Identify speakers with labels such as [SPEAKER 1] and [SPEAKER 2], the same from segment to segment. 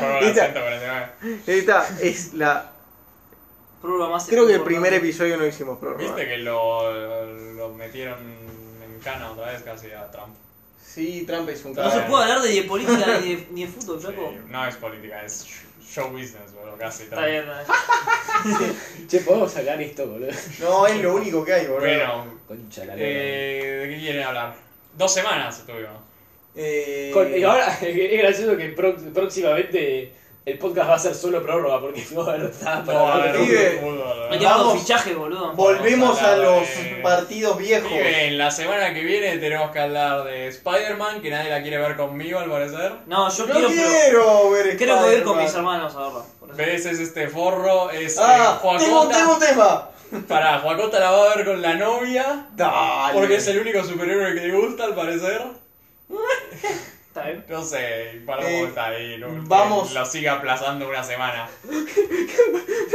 [SPEAKER 1] 149.
[SPEAKER 2] Esta es la.
[SPEAKER 3] Prueba más
[SPEAKER 2] Creo que el
[SPEAKER 3] importante.
[SPEAKER 2] primer episodio no hicimos prórroga.
[SPEAKER 1] Viste que lo, lo metieron en cana otra vez casi a Trump.
[SPEAKER 2] Sí, Trump es un
[SPEAKER 3] No se
[SPEAKER 1] Eh.
[SPEAKER 3] puede hablar de política ni de, ni de fútbol, flaco.
[SPEAKER 1] Sí, no es política, es sh- show business, boludo, casi.
[SPEAKER 3] Está bien, está
[SPEAKER 2] Ah,
[SPEAKER 3] bien.
[SPEAKER 4] Che, podemos sacar esto, boludo.
[SPEAKER 2] No, es lo único que hay, boludo.
[SPEAKER 1] Bueno,
[SPEAKER 4] Concha la lora.
[SPEAKER 1] eh, ¿de qué quieren hablar? Dos semanas estuvimos.
[SPEAKER 2] Eh,
[SPEAKER 4] Con- y ahora es gracioso que pro- próximamente el podcast va a ser solo prórroga porque no va a haber nada para
[SPEAKER 1] No va a
[SPEAKER 4] hablar.
[SPEAKER 1] haber un
[SPEAKER 2] Vive.
[SPEAKER 1] fútbol,
[SPEAKER 3] Hay
[SPEAKER 1] boludo.
[SPEAKER 3] que hablar de
[SPEAKER 2] Vamos.
[SPEAKER 3] fichaje, boludo.
[SPEAKER 2] Volvemos
[SPEAKER 1] Vamos a
[SPEAKER 2] a
[SPEAKER 1] hablar
[SPEAKER 2] los
[SPEAKER 1] de-
[SPEAKER 2] partidos viejos.
[SPEAKER 1] Vive, la semana que viene tenemos que hablar de Spider-Man, que nadie la quiere ver conmigo al parecer.
[SPEAKER 3] No, yo
[SPEAKER 2] No
[SPEAKER 3] quiero, pero
[SPEAKER 2] quiero ver
[SPEAKER 3] creo que voy a ir con mis
[SPEAKER 2] Spider-Man.
[SPEAKER 3] hermanos a verlo. por eso.
[SPEAKER 1] ¿Ves? Es este forro, es eh,
[SPEAKER 2] Ah, tengo,
[SPEAKER 1] Joacota.
[SPEAKER 2] tengo un tema.
[SPEAKER 1] Pará, Joacota la va a ver con la novia.
[SPEAKER 2] Dale.
[SPEAKER 1] Porque es el único superhéroe que le gusta, al parecer.
[SPEAKER 3] Está bien.
[SPEAKER 1] No sé, para
[SPEAKER 2] Eh,
[SPEAKER 1] cómo está ahí. no-
[SPEAKER 2] vamos.
[SPEAKER 1] que Lo siga aplazando una semana.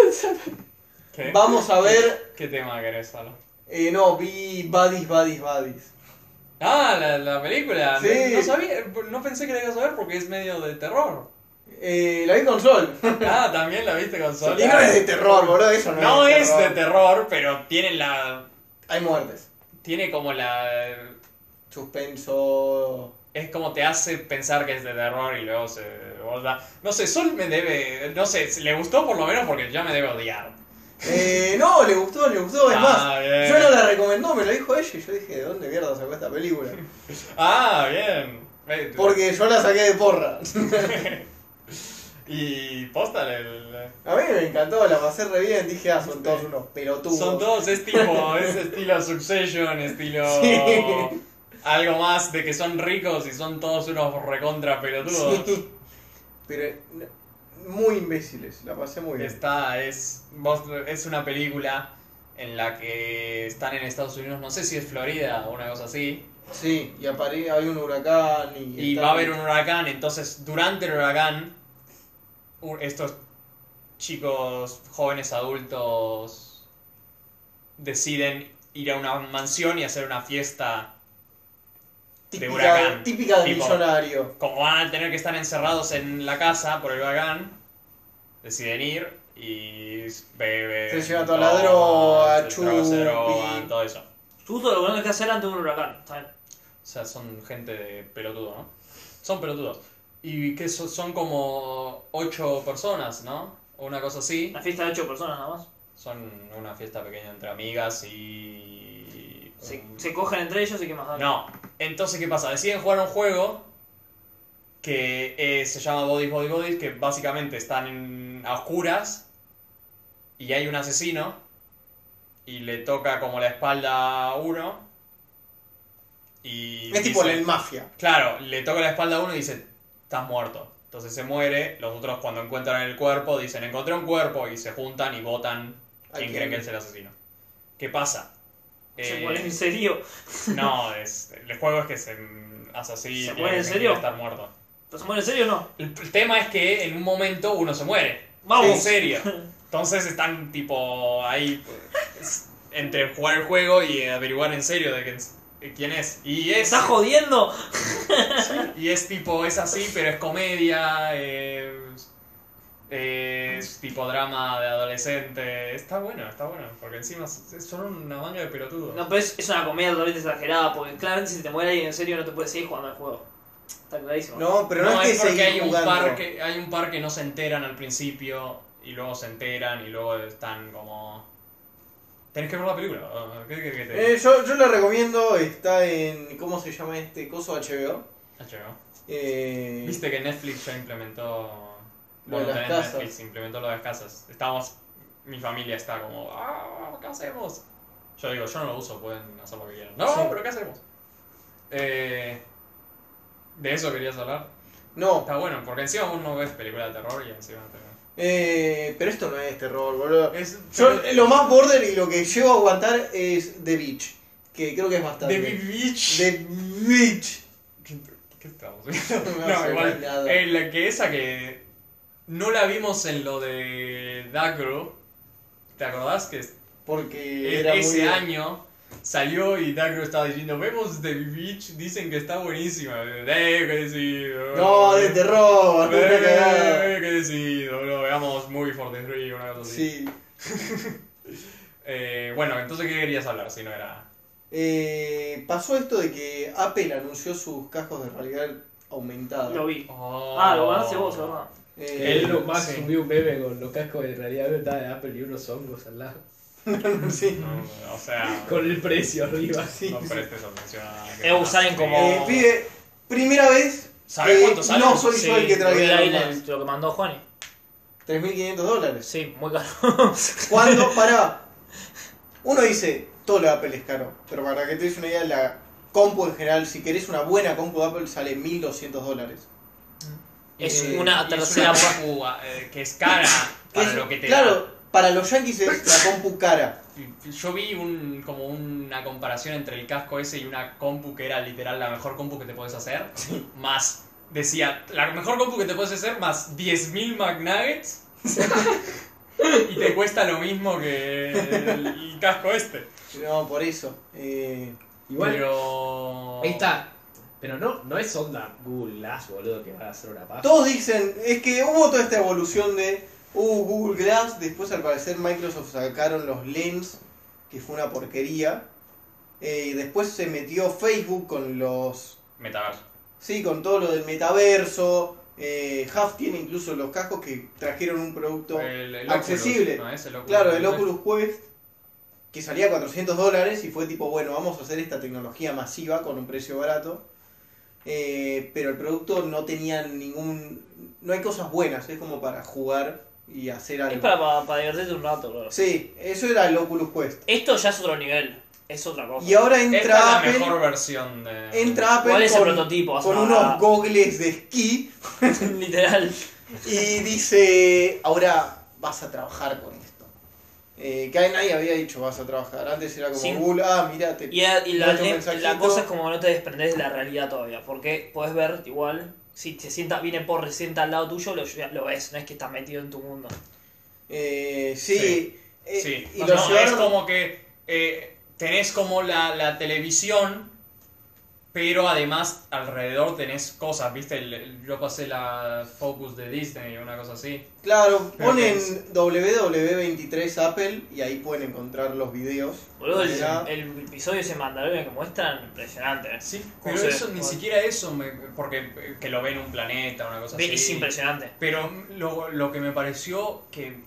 [SPEAKER 1] ¿Qué?
[SPEAKER 2] Vamos a ver.
[SPEAKER 1] ¿Qué tema querés, Pablo?
[SPEAKER 2] eh, no, vi Buddies, Buddies, Buddies.
[SPEAKER 1] Ah, la, la película.
[SPEAKER 2] Sí.
[SPEAKER 1] No, no sabía, no pensé que la ibas a ver porque es medio de terror.
[SPEAKER 2] Eh, la vi con Sol.
[SPEAKER 1] Ah, también la viste con Sol.
[SPEAKER 2] Y no es de terror, boludo. Eso no,
[SPEAKER 1] No
[SPEAKER 2] es,
[SPEAKER 1] es de terror, pero tiene la.
[SPEAKER 2] Hay muertes.
[SPEAKER 1] Tiene como la.
[SPEAKER 2] Suspenso.
[SPEAKER 1] Es como te hace pensar que es de terror y luego se borda. No sé, Sol me debe. No sé, le gustó por lo menos porque ya me debe odiar.
[SPEAKER 2] Eh, no, le gustó, le gustó. Es
[SPEAKER 1] Ah,
[SPEAKER 2] más,
[SPEAKER 1] bien.
[SPEAKER 2] yo no la recomendó, me lo dijo ella y yo dije, ¿de dónde mierda sacó esta película?
[SPEAKER 1] Ah, bien. Eh,
[SPEAKER 2] Porque yo la saqué de porra.
[SPEAKER 1] Y postal el.
[SPEAKER 2] A mí me encantó, la pasé re bien. Dije, ah, son todos unos pelotudos.
[SPEAKER 1] Son todos, es tipo, es estilo Succession, estilo.
[SPEAKER 2] Sí.
[SPEAKER 1] Algo más de que son ricos y son todos unos recontra pelotudos.
[SPEAKER 2] Sí. Pero eh, muy imbéciles, la pasé muy bien.
[SPEAKER 1] Está, es, vos- es una película en la que están en Estados Unidos, no sé si es Florida o una cosa así,
[SPEAKER 2] Sí, y apare hay un huracán y.
[SPEAKER 1] y
[SPEAKER 2] está-
[SPEAKER 1] va a haber un huracán, entonces durante el huracán, u- estos chicos jóvenes adultos deciden ir a una mansión y hacer una fiesta
[SPEAKER 2] típica,
[SPEAKER 1] de huracán.
[SPEAKER 2] Típica de
[SPEAKER 1] Tipo-
[SPEAKER 2] millonario.
[SPEAKER 1] como van a tener que estar encerrados en la casa por el huracán, deciden ir y beben.
[SPEAKER 2] Se llevan toda la droga,
[SPEAKER 1] se drogan, se
[SPEAKER 2] chupi.
[SPEAKER 1] drogan, todo eso.
[SPEAKER 3] Justo lo que tenés que hacer antes de un huracán. Está bien.
[SPEAKER 1] O sea, son gente de pelotudo, ¿no? Son pelotudos. Y que so- son como ocho personas, ¿no? O una cosa así.
[SPEAKER 3] Una fiesta de 8 personas nada más.
[SPEAKER 1] Son una fiesta pequeña entre amigas y...
[SPEAKER 3] Se,
[SPEAKER 1] un-
[SPEAKER 3] se cogen entre ellos y qué más da.
[SPEAKER 1] No. Entonces, ¿qué pasa? Deciden jugar un juego que eh, se llama Bodies, Bodies, Bodies, que básicamente están en, a oscuras y hay un asesino y le toca como la espalda a uno y...
[SPEAKER 2] Es tipo
[SPEAKER 1] dice-
[SPEAKER 2] la mafia.
[SPEAKER 1] Claro, le toca la espalda a uno y dice, estás muerto. Entonces se muere, los otros cuando encuentran el cuerpo dicen, encontré un cuerpo y se juntan y votan
[SPEAKER 2] Ay,
[SPEAKER 1] quién
[SPEAKER 2] qué
[SPEAKER 1] cree que
[SPEAKER 2] bien.
[SPEAKER 1] es el asesino. ¿Qué pasa?
[SPEAKER 3] Se
[SPEAKER 1] Eh,
[SPEAKER 3] mueren en serio.
[SPEAKER 1] no, es, el juego es que se mm, hace así.
[SPEAKER 3] ¿Se
[SPEAKER 1] y
[SPEAKER 3] muere en
[SPEAKER 1] tiene que
[SPEAKER 3] serio?
[SPEAKER 1] Estar muerto.
[SPEAKER 3] ¿Pero se mueren en serio o no?
[SPEAKER 1] El, el tema es que en un momento uno se muere. En
[SPEAKER 3] Vamos.
[SPEAKER 1] serio. Entonces están tipo ahí pues, es- entre jugar el juego y averiguar en serio de quién, de quién es. Y es,
[SPEAKER 3] ¿Estás jodiendo?
[SPEAKER 1] y es tipo, es así, pero es comedia. eh, es tipo drama de adolescente. Está bueno, está bueno. Porque encima son una manga de pelotudos.
[SPEAKER 3] No, pero es, es una comedia totalmente exagerada, porque claramente si te muere alguien en serio no te puedes seguir jugando al juego. Está clarísimo.
[SPEAKER 2] No, pero no,
[SPEAKER 1] no,
[SPEAKER 2] es que
[SPEAKER 1] es porque
[SPEAKER 2] seguir
[SPEAKER 1] hay un,
[SPEAKER 2] jugando.
[SPEAKER 1] par que, hay un par que no se enteran al principio y luego se enteran y luego están como... Tenés que ver la película. ¿o? ¿Qué, qué- qué te-
[SPEAKER 2] Eh, yo, yo la recomiendo, está en. ¿Cómo se llama este coso HBO?
[SPEAKER 1] Ah, llegó.
[SPEAKER 2] Eh,
[SPEAKER 1] Viste que Netflix ya implementó...
[SPEAKER 2] Lo de
[SPEAKER 1] Bueno,
[SPEAKER 2] las
[SPEAKER 1] tenés
[SPEAKER 2] casas.
[SPEAKER 1] Netflix implementó lo de las casas. Estamos... Mi familia está como... "Ah, ¿Qué hacemos? Yo digo, yo no lo uso, pueden hacer lo que quieran. No,
[SPEAKER 2] Sí.
[SPEAKER 1] pero ¿qué hacemos? Eh, ¿De eso querías hablar?
[SPEAKER 2] No,
[SPEAKER 1] Está bueno, porque encima vos no ves películas de terror y encima te...
[SPEAKER 2] eh, pero esto no es terror, boludo.
[SPEAKER 1] Es,
[SPEAKER 2] Yo eh, lo más border y lo que llego a aguantar es The Beach, que creo que es bastante.
[SPEAKER 1] The Beach.
[SPEAKER 2] The Beach.
[SPEAKER 1] ¿Qué, qué estamos
[SPEAKER 2] No
[SPEAKER 1] no,
[SPEAKER 2] sé,
[SPEAKER 1] igual.
[SPEAKER 2] bailado.
[SPEAKER 1] eh, la que esa que no la vimos en lo de Dagro. ¿Te acordás que es-
[SPEAKER 2] Porque
[SPEAKER 1] e-
[SPEAKER 2] era
[SPEAKER 1] ese
[SPEAKER 2] muy...
[SPEAKER 1] año salió y Dark Knight estaba diciendo, vemos The Beach, dicen que está buenísima. Eh, que decido.
[SPEAKER 2] No, de terror, una cagada.
[SPEAKER 1] Eh, que decido, bro. Veamos Movie 43 o una cosa así.
[SPEAKER 2] Sí.
[SPEAKER 1] Eh, bueno, entonces, ¿qué querías hablar si no era...?
[SPEAKER 2] Eh, pasó esto de que Apple anunció sus cascos de realidad aumentada.
[SPEAKER 3] Lo vi.
[SPEAKER 1] Oh.
[SPEAKER 3] Ah, lo ganaste vos, ¿verdad?
[SPEAKER 2] Eh,
[SPEAKER 4] Él Elon Musk
[SPEAKER 1] sí.
[SPEAKER 4] subió un meme con los cascos de realidad aumentada de Apple y unos hongos al lado.
[SPEAKER 2] sí.
[SPEAKER 1] No, o sea,
[SPEAKER 4] Con el precio arriba.
[SPEAKER 2] Sí,
[SPEAKER 1] no
[SPEAKER 2] sí.
[SPEAKER 1] prestes atención a...
[SPEAKER 3] Eh, usaban como-
[SPEAKER 2] Eh, pibe, primera vez.
[SPEAKER 1] ¿Sabes
[SPEAKER 2] que
[SPEAKER 1] cuánto sale?
[SPEAKER 2] Eh, No soy
[SPEAKER 3] Sí,
[SPEAKER 2] yo el que
[SPEAKER 3] lo vi
[SPEAKER 2] trae
[SPEAKER 3] ahí
[SPEAKER 2] el Elon Musk.
[SPEAKER 3] lo que mandó Juani.
[SPEAKER 2] 3.500 dólares.
[SPEAKER 3] Sí, muy caro.
[SPEAKER 2] Cuando, pará. Uno dice, todo lo de Apple es caro. Pero para que te des una idea, la compu en general, si querés una buena compu de Apple, sale 1.200 dólares.
[SPEAKER 3] es
[SPEAKER 2] Eh,
[SPEAKER 1] Y
[SPEAKER 3] una
[SPEAKER 1] es
[SPEAKER 3] tercera
[SPEAKER 1] una
[SPEAKER 3] parte.
[SPEAKER 1] compu, eh, que es cara para
[SPEAKER 2] Es-
[SPEAKER 1] lo que te
[SPEAKER 2] claro,
[SPEAKER 1] da.
[SPEAKER 2] para los yankees es la compu cara.
[SPEAKER 1] Yo vi un, como una comparación entre el casco ese y una compu que era literal la mejor compu que te podés hacer. Más, decía, la mejor compu que te podés hacer más 10.000 McNuggets. y te cuesta lo mismo que el, el casco este.
[SPEAKER 2] No, por eso. Eh,
[SPEAKER 4] Igual,
[SPEAKER 1] Pero...
[SPEAKER 4] ahí está. Pero no, no es onda Google Glass, boludo, que va a hacer una pasta.
[SPEAKER 2] Todos dicen, es que hubo toda esta evolución de uh, Google Glass, después al parecer Microsoft sacaron los lens, que fue una porquería. Eh, y después se metió Facebook con los.
[SPEAKER 1] Metaverso.
[SPEAKER 2] Sí, con todo lo del metaverso. Eh, Huff tiene incluso los cascos que trajeron un producto.
[SPEAKER 1] El- el
[SPEAKER 2] accesible.
[SPEAKER 1] Oculus, ¿no es? El Oculus.
[SPEAKER 2] claro, el Oculus Quest, que salía a 400 dólares y fue tipo, bueno, vamos a hacer esta tecnología masiva con un precio barato. Eh, pero el producto no tenía ningún. No hay cosas buenas, es como para jugar y hacer
[SPEAKER 3] Es
[SPEAKER 2] algo.
[SPEAKER 3] para, para, para divertirte un rato, bro.
[SPEAKER 2] Sí, eso era el Oculus Quest.
[SPEAKER 3] Esto ya es otro nivel. Es otra cosa.
[SPEAKER 2] Y ahora
[SPEAKER 1] Esta es la
[SPEAKER 2] entra Apple.
[SPEAKER 1] mejor versión de...
[SPEAKER 2] Entra
[SPEAKER 3] ¿Cuál
[SPEAKER 2] Apple
[SPEAKER 3] es el
[SPEAKER 2] con,
[SPEAKER 3] prototipo? Hace
[SPEAKER 2] con
[SPEAKER 3] una
[SPEAKER 2] unos gogles de esquí
[SPEAKER 3] hora. Literal.
[SPEAKER 2] y dice: Ahora vas a trabajar con esto. Eh, que nadie había dicho vas a trabajar. Antes era como
[SPEAKER 3] Sin-
[SPEAKER 2] Google, ah, mira, te
[SPEAKER 3] Y, la- y la,
[SPEAKER 2] Muestra un
[SPEAKER 3] la
[SPEAKER 2] mensajito.
[SPEAKER 3] cosa es como no te desprendes de la realidad todavía, porque podés ver igual, si te sienta, viene por sienta al lado tuyo, lo, lo ves, no es que estás metido en tu mundo.
[SPEAKER 2] Eh, sí.
[SPEAKER 1] Sí.
[SPEAKER 2] Eh,
[SPEAKER 1] Sí,
[SPEAKER 2] Y
[SPEAKER 1] No,
[SPEAKER 2] lo
[SPEAKER 1] no,
[SPEAKER 2] llevaron-
[SPEAKER 1] es como que eh, tenés como la, la televisión, pero además alrededor tenés cosas, ¿viste? El- el- yo pasé la Focus de Disney o una cosa así.
[SPEAKER 2] Claro,
[SPEAKER 1] Pero
[SPEAKER 2] ponen
[SPEAKER 1] es-
[SPEAKER 2] WW23 Apple y ahí pueden encontrar los videos.
[SPEAKER 3] Boludo, el,
[SPEAKER 2] Mirá.
[SPEAKER 3] el episodio ese Mandalorian que muestran, impresionante.
[SPEAKER 1] Sí,
[SPEAKER 3] ¿Cómo
[SPEAKER 1] pero
[SPEAKER 3] se ve?
[SPEAKER 1] eso, ni
[SPEAKER 3] ¿Cómo?
[SPEAKER 1] siquiera eso, me- porque eh, que lo ven en un planeta, una cosa
[SPEAKER 3] Ve- Es
[SPEAKER 1] así.
[SPEAKER 3] impresionante.
[SPEAKER 1] Pero lo, lo que me pareció que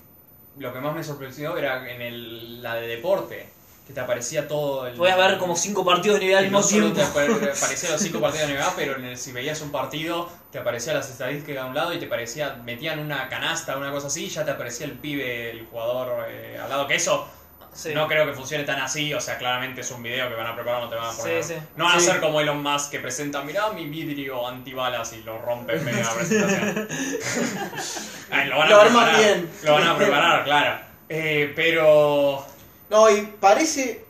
[SPEAKER 1] lo que más me sorprendió era en el, la de deporte, que te aparecía todo el...
[SPEAKER 3] Podés ver como cinco partidos de nivel al
[SPEAKER 1] Que no
[SPEAKER 3] mismo
[SPEAKER 1] solo
[SPEAKER 3] tiempo.
[SPEAKER 1] te apare- te aparecían los cinco partidos de NBA, pero en el- si veías un partido, te aparecían las estadísticas de un lado y te parecía, metían una canasta, una cosa así, y ya te aparecía el pibe, el jugador eh, al lado. Que eso
[SPEAKER 3] Sí.
[SPEAKER 1] no creo que funcione tan así, o sea, claramente es un video que van a preparar, no te van a
[SPEAKER 3] Sí,
[SPEAKER 1] poner.
[SPEAKER 3] sí.
[SPEAKER 1] No van a
[SPEAKER 2] Sí.
[SPEAKER 1] ser como Elon Musk que presenta, mirá mi vidrio antibalas y lo rompe en medio de la presentación. Ay, lo van a
[SPEAKER 2] Lo arman
[SPEAKER 1] preparar.
[SPEAKER 2] bien.
[SPEAKER 1] Lo van a preparar, claro. Eh, pero.
[SPEAKER 2] No, y parece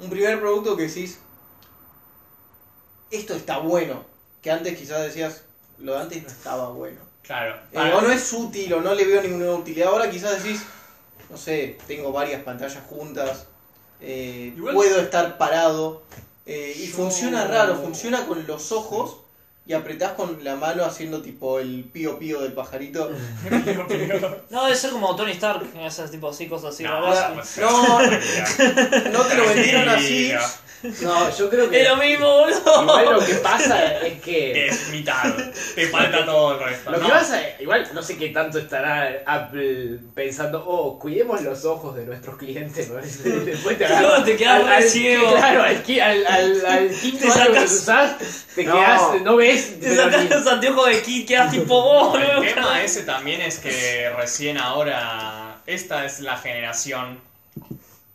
[SPEAKER 2] un primer producto que decís, esto está bueno. Que antes quizás decías, lo de antes no estaba bueno.
[SPEAKER 1] Claro.
[SPEAKER 2] Eh, o no es útil o no le veo ninguna utilidad. Ahora quizás decís, no sé, tengo varias pantallas juntas, eh,
[SPEAKER 1] Igual-
[SPEAKER 2] puedo estar parado. eh, y
[SPEAKER 1] Yo-
[SPEAKER 2] funciona raro, funciona con los ojos y apretás con la mano haciendo tipo el pío pío del pajarito.
[SPEAKER 3] No, debe ser como Tony Stark, esas tipo así, cosas así.
[SPEAKER 1] No,
[SPEAKER 3] raras.
[SPEAKER 1] no, pues,
[SPEAKER 2] No, no te lo vendieron así.
[SPEAKER 1] Tranquilo.
[SPEAKER 4] No, yo creo
[SPEAKER 3] Es lo mismo, boludo.
[SPEAKER 4] Igual lo que pasa es que.
[SPEAKER 1] Es mitad. Te falta todo el resto.
[SPEAKER 4] Lo que
[SPEAKER 1] ¿no?
[SPEAKER 4] pasa es, igual no sé qué tanto estará Apple pensando, oh, cuidemos los ojos de nuestros clientes. ¿no? Después te agarra-
[SPEAKER 3] No, te quedas
[SPEAKER 4] al-
[SPEAKER 3] re
[SPEAKER 4] al-
[SPEAKER 3] ciego.
[SPEAKER 4] Claro, al, qui- al, al, al
[SPEAKER 3] Te
[SPEAKER 4] quinto año que
[SPEAKER 3] sacas-
[SPEAKER 4] los usás, te
[SPEAKER 2] No.
[SPEAKER 4] quedas, no ves.
[SPEAKER 3] Te
[SPEAKER 4] pero
[SPEAKER 3] sacas
[SPEAKER 4] ni-
[SPEAKER 3] los anteojos de Kid, quedas tipo vos, boludo.
[SPEAKER 1] El tema ese también es que recién ahora. Esta es la generación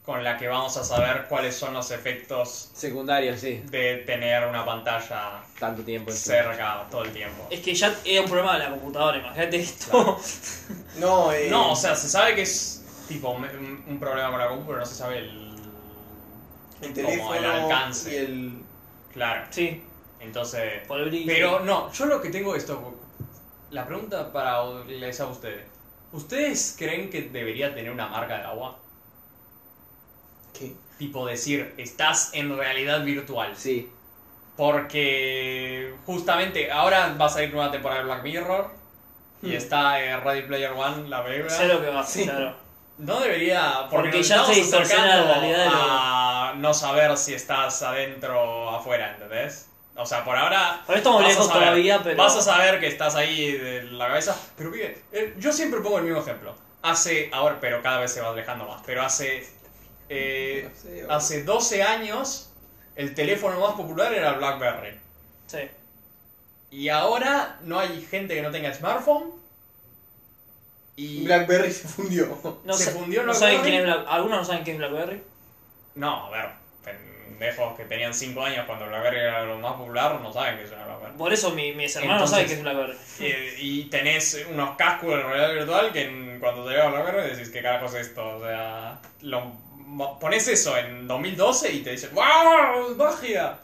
[SPEAKER 1] con la que vamos a saber cuáles son los efectos
[SPEAKER 4] Secundario, sí.
[SPEAKER 1] de tener una pantalla
[SPEAKER 4] Tanto tiempo.
[SPEAKER 1] cerca todo el tiempo.
[SPEAKER 3] Es que ya era un problema de la computadora, imagínate esto.
[SPEAKER 1] Claro.
[SPEAKER 2] No, eh,
[SPEAKER 1] No, o sea, se sabe que es tipo un, un problema con la compu, pero no se sabe el.
[SPEAKER 2] el
[SPEAKER 1] como el alcance.
[SPEAKER 2] y el...
[SPEAKER 1] Claro.
[SPEAKER 3] Sí,
[SPEAKER 1] Entonces.
[SPEAKER 3] por el brillo.
[SPEAKER 1] Pero no, yo lo que tengo esto. La pregunta para les a ustedes. ¿Ustedes creen que debería tener una marca de agua?
[SPEAKER 2] ¿Qué?
[SPEAKER 1] Tipo decir, estás en realidad virtual.
[SPEAKER 4] Sí.
[SPEAKER 1] Porque justamente ahora va a salir nueva temporada de Black Mirror y está eh, Ready Player One, la película.
[SPEAKER 3] Sé lo que va a
[SPEAKER 2] Sí.
[SPEAKER 3] claro.
[SPEAKER 1] No debería, porque,
[SPEAKER 3] Porque
[SPEAKER 1] nos
[SPEAKER 3] ya
[SPEAKER 1] estamos
[SPEAKER 3] se distorsiona la
[SPEAKER 1] acercando
[SPEAKER 3] realidad de lo-
[SPEAKER 1] a no saber si estás adentro o afuera, ¿entendés? O sea, por ahora
[SPEAKER 3] Por esto estamos
[SPEAKER 1] Vas a
[SPEAKER 3] lejos
[SPEAKER 1] saber.
[SPEAKER 3] todavía, pero.
[SPEAKER 1] Vas a saber que estás ahí de la cabeza. Pero pibe, eh, yo siempre pongo el mismo ejemplo. Hace, ahora, pero cada vez se va alejando más, pero hace, eh,
[SPEAKER 2] No sé, o-
[SPEAKER 1] hace 12 años el teléfono más popular era el BlackBerry.
[SPEAKER 3] Sí.
[SPEAKER 1] Y ahora no hay gente que no tenga smartphone. Y...
[SPEAKER 2] Blackberry se fundió.
[SPEAKER 3] No
[SPEAKER 1] Se
[SPEAKER 3] sé-
[SPEAKER 1] fundió
[SPEAKER 3] no saben
[SPEAKER 1] BlackBerry.
[SPEAKER 3] quién es Black- Algunos no saben quién es Blackberry.
[SPEAKER 1] No, a ver, pendejos que tenían 5 años cuando BlackBerry era lo más popular no saben que es una BlackBerry.
[SPEAKER 3] Por eso mi- mis hermanos
[SPEAKER 1] Entonces-
[SPEAKER 3] saben que es Blackberry.
[SPEAKER 1] Y, y tenés unos cascos de realidad virtual que en- cuando te llevas la verga decís, ¿qué carajo es esto? O sea, lo, mo- pones eso en 2012 y te dicen, ¡Wow! ¡Magia!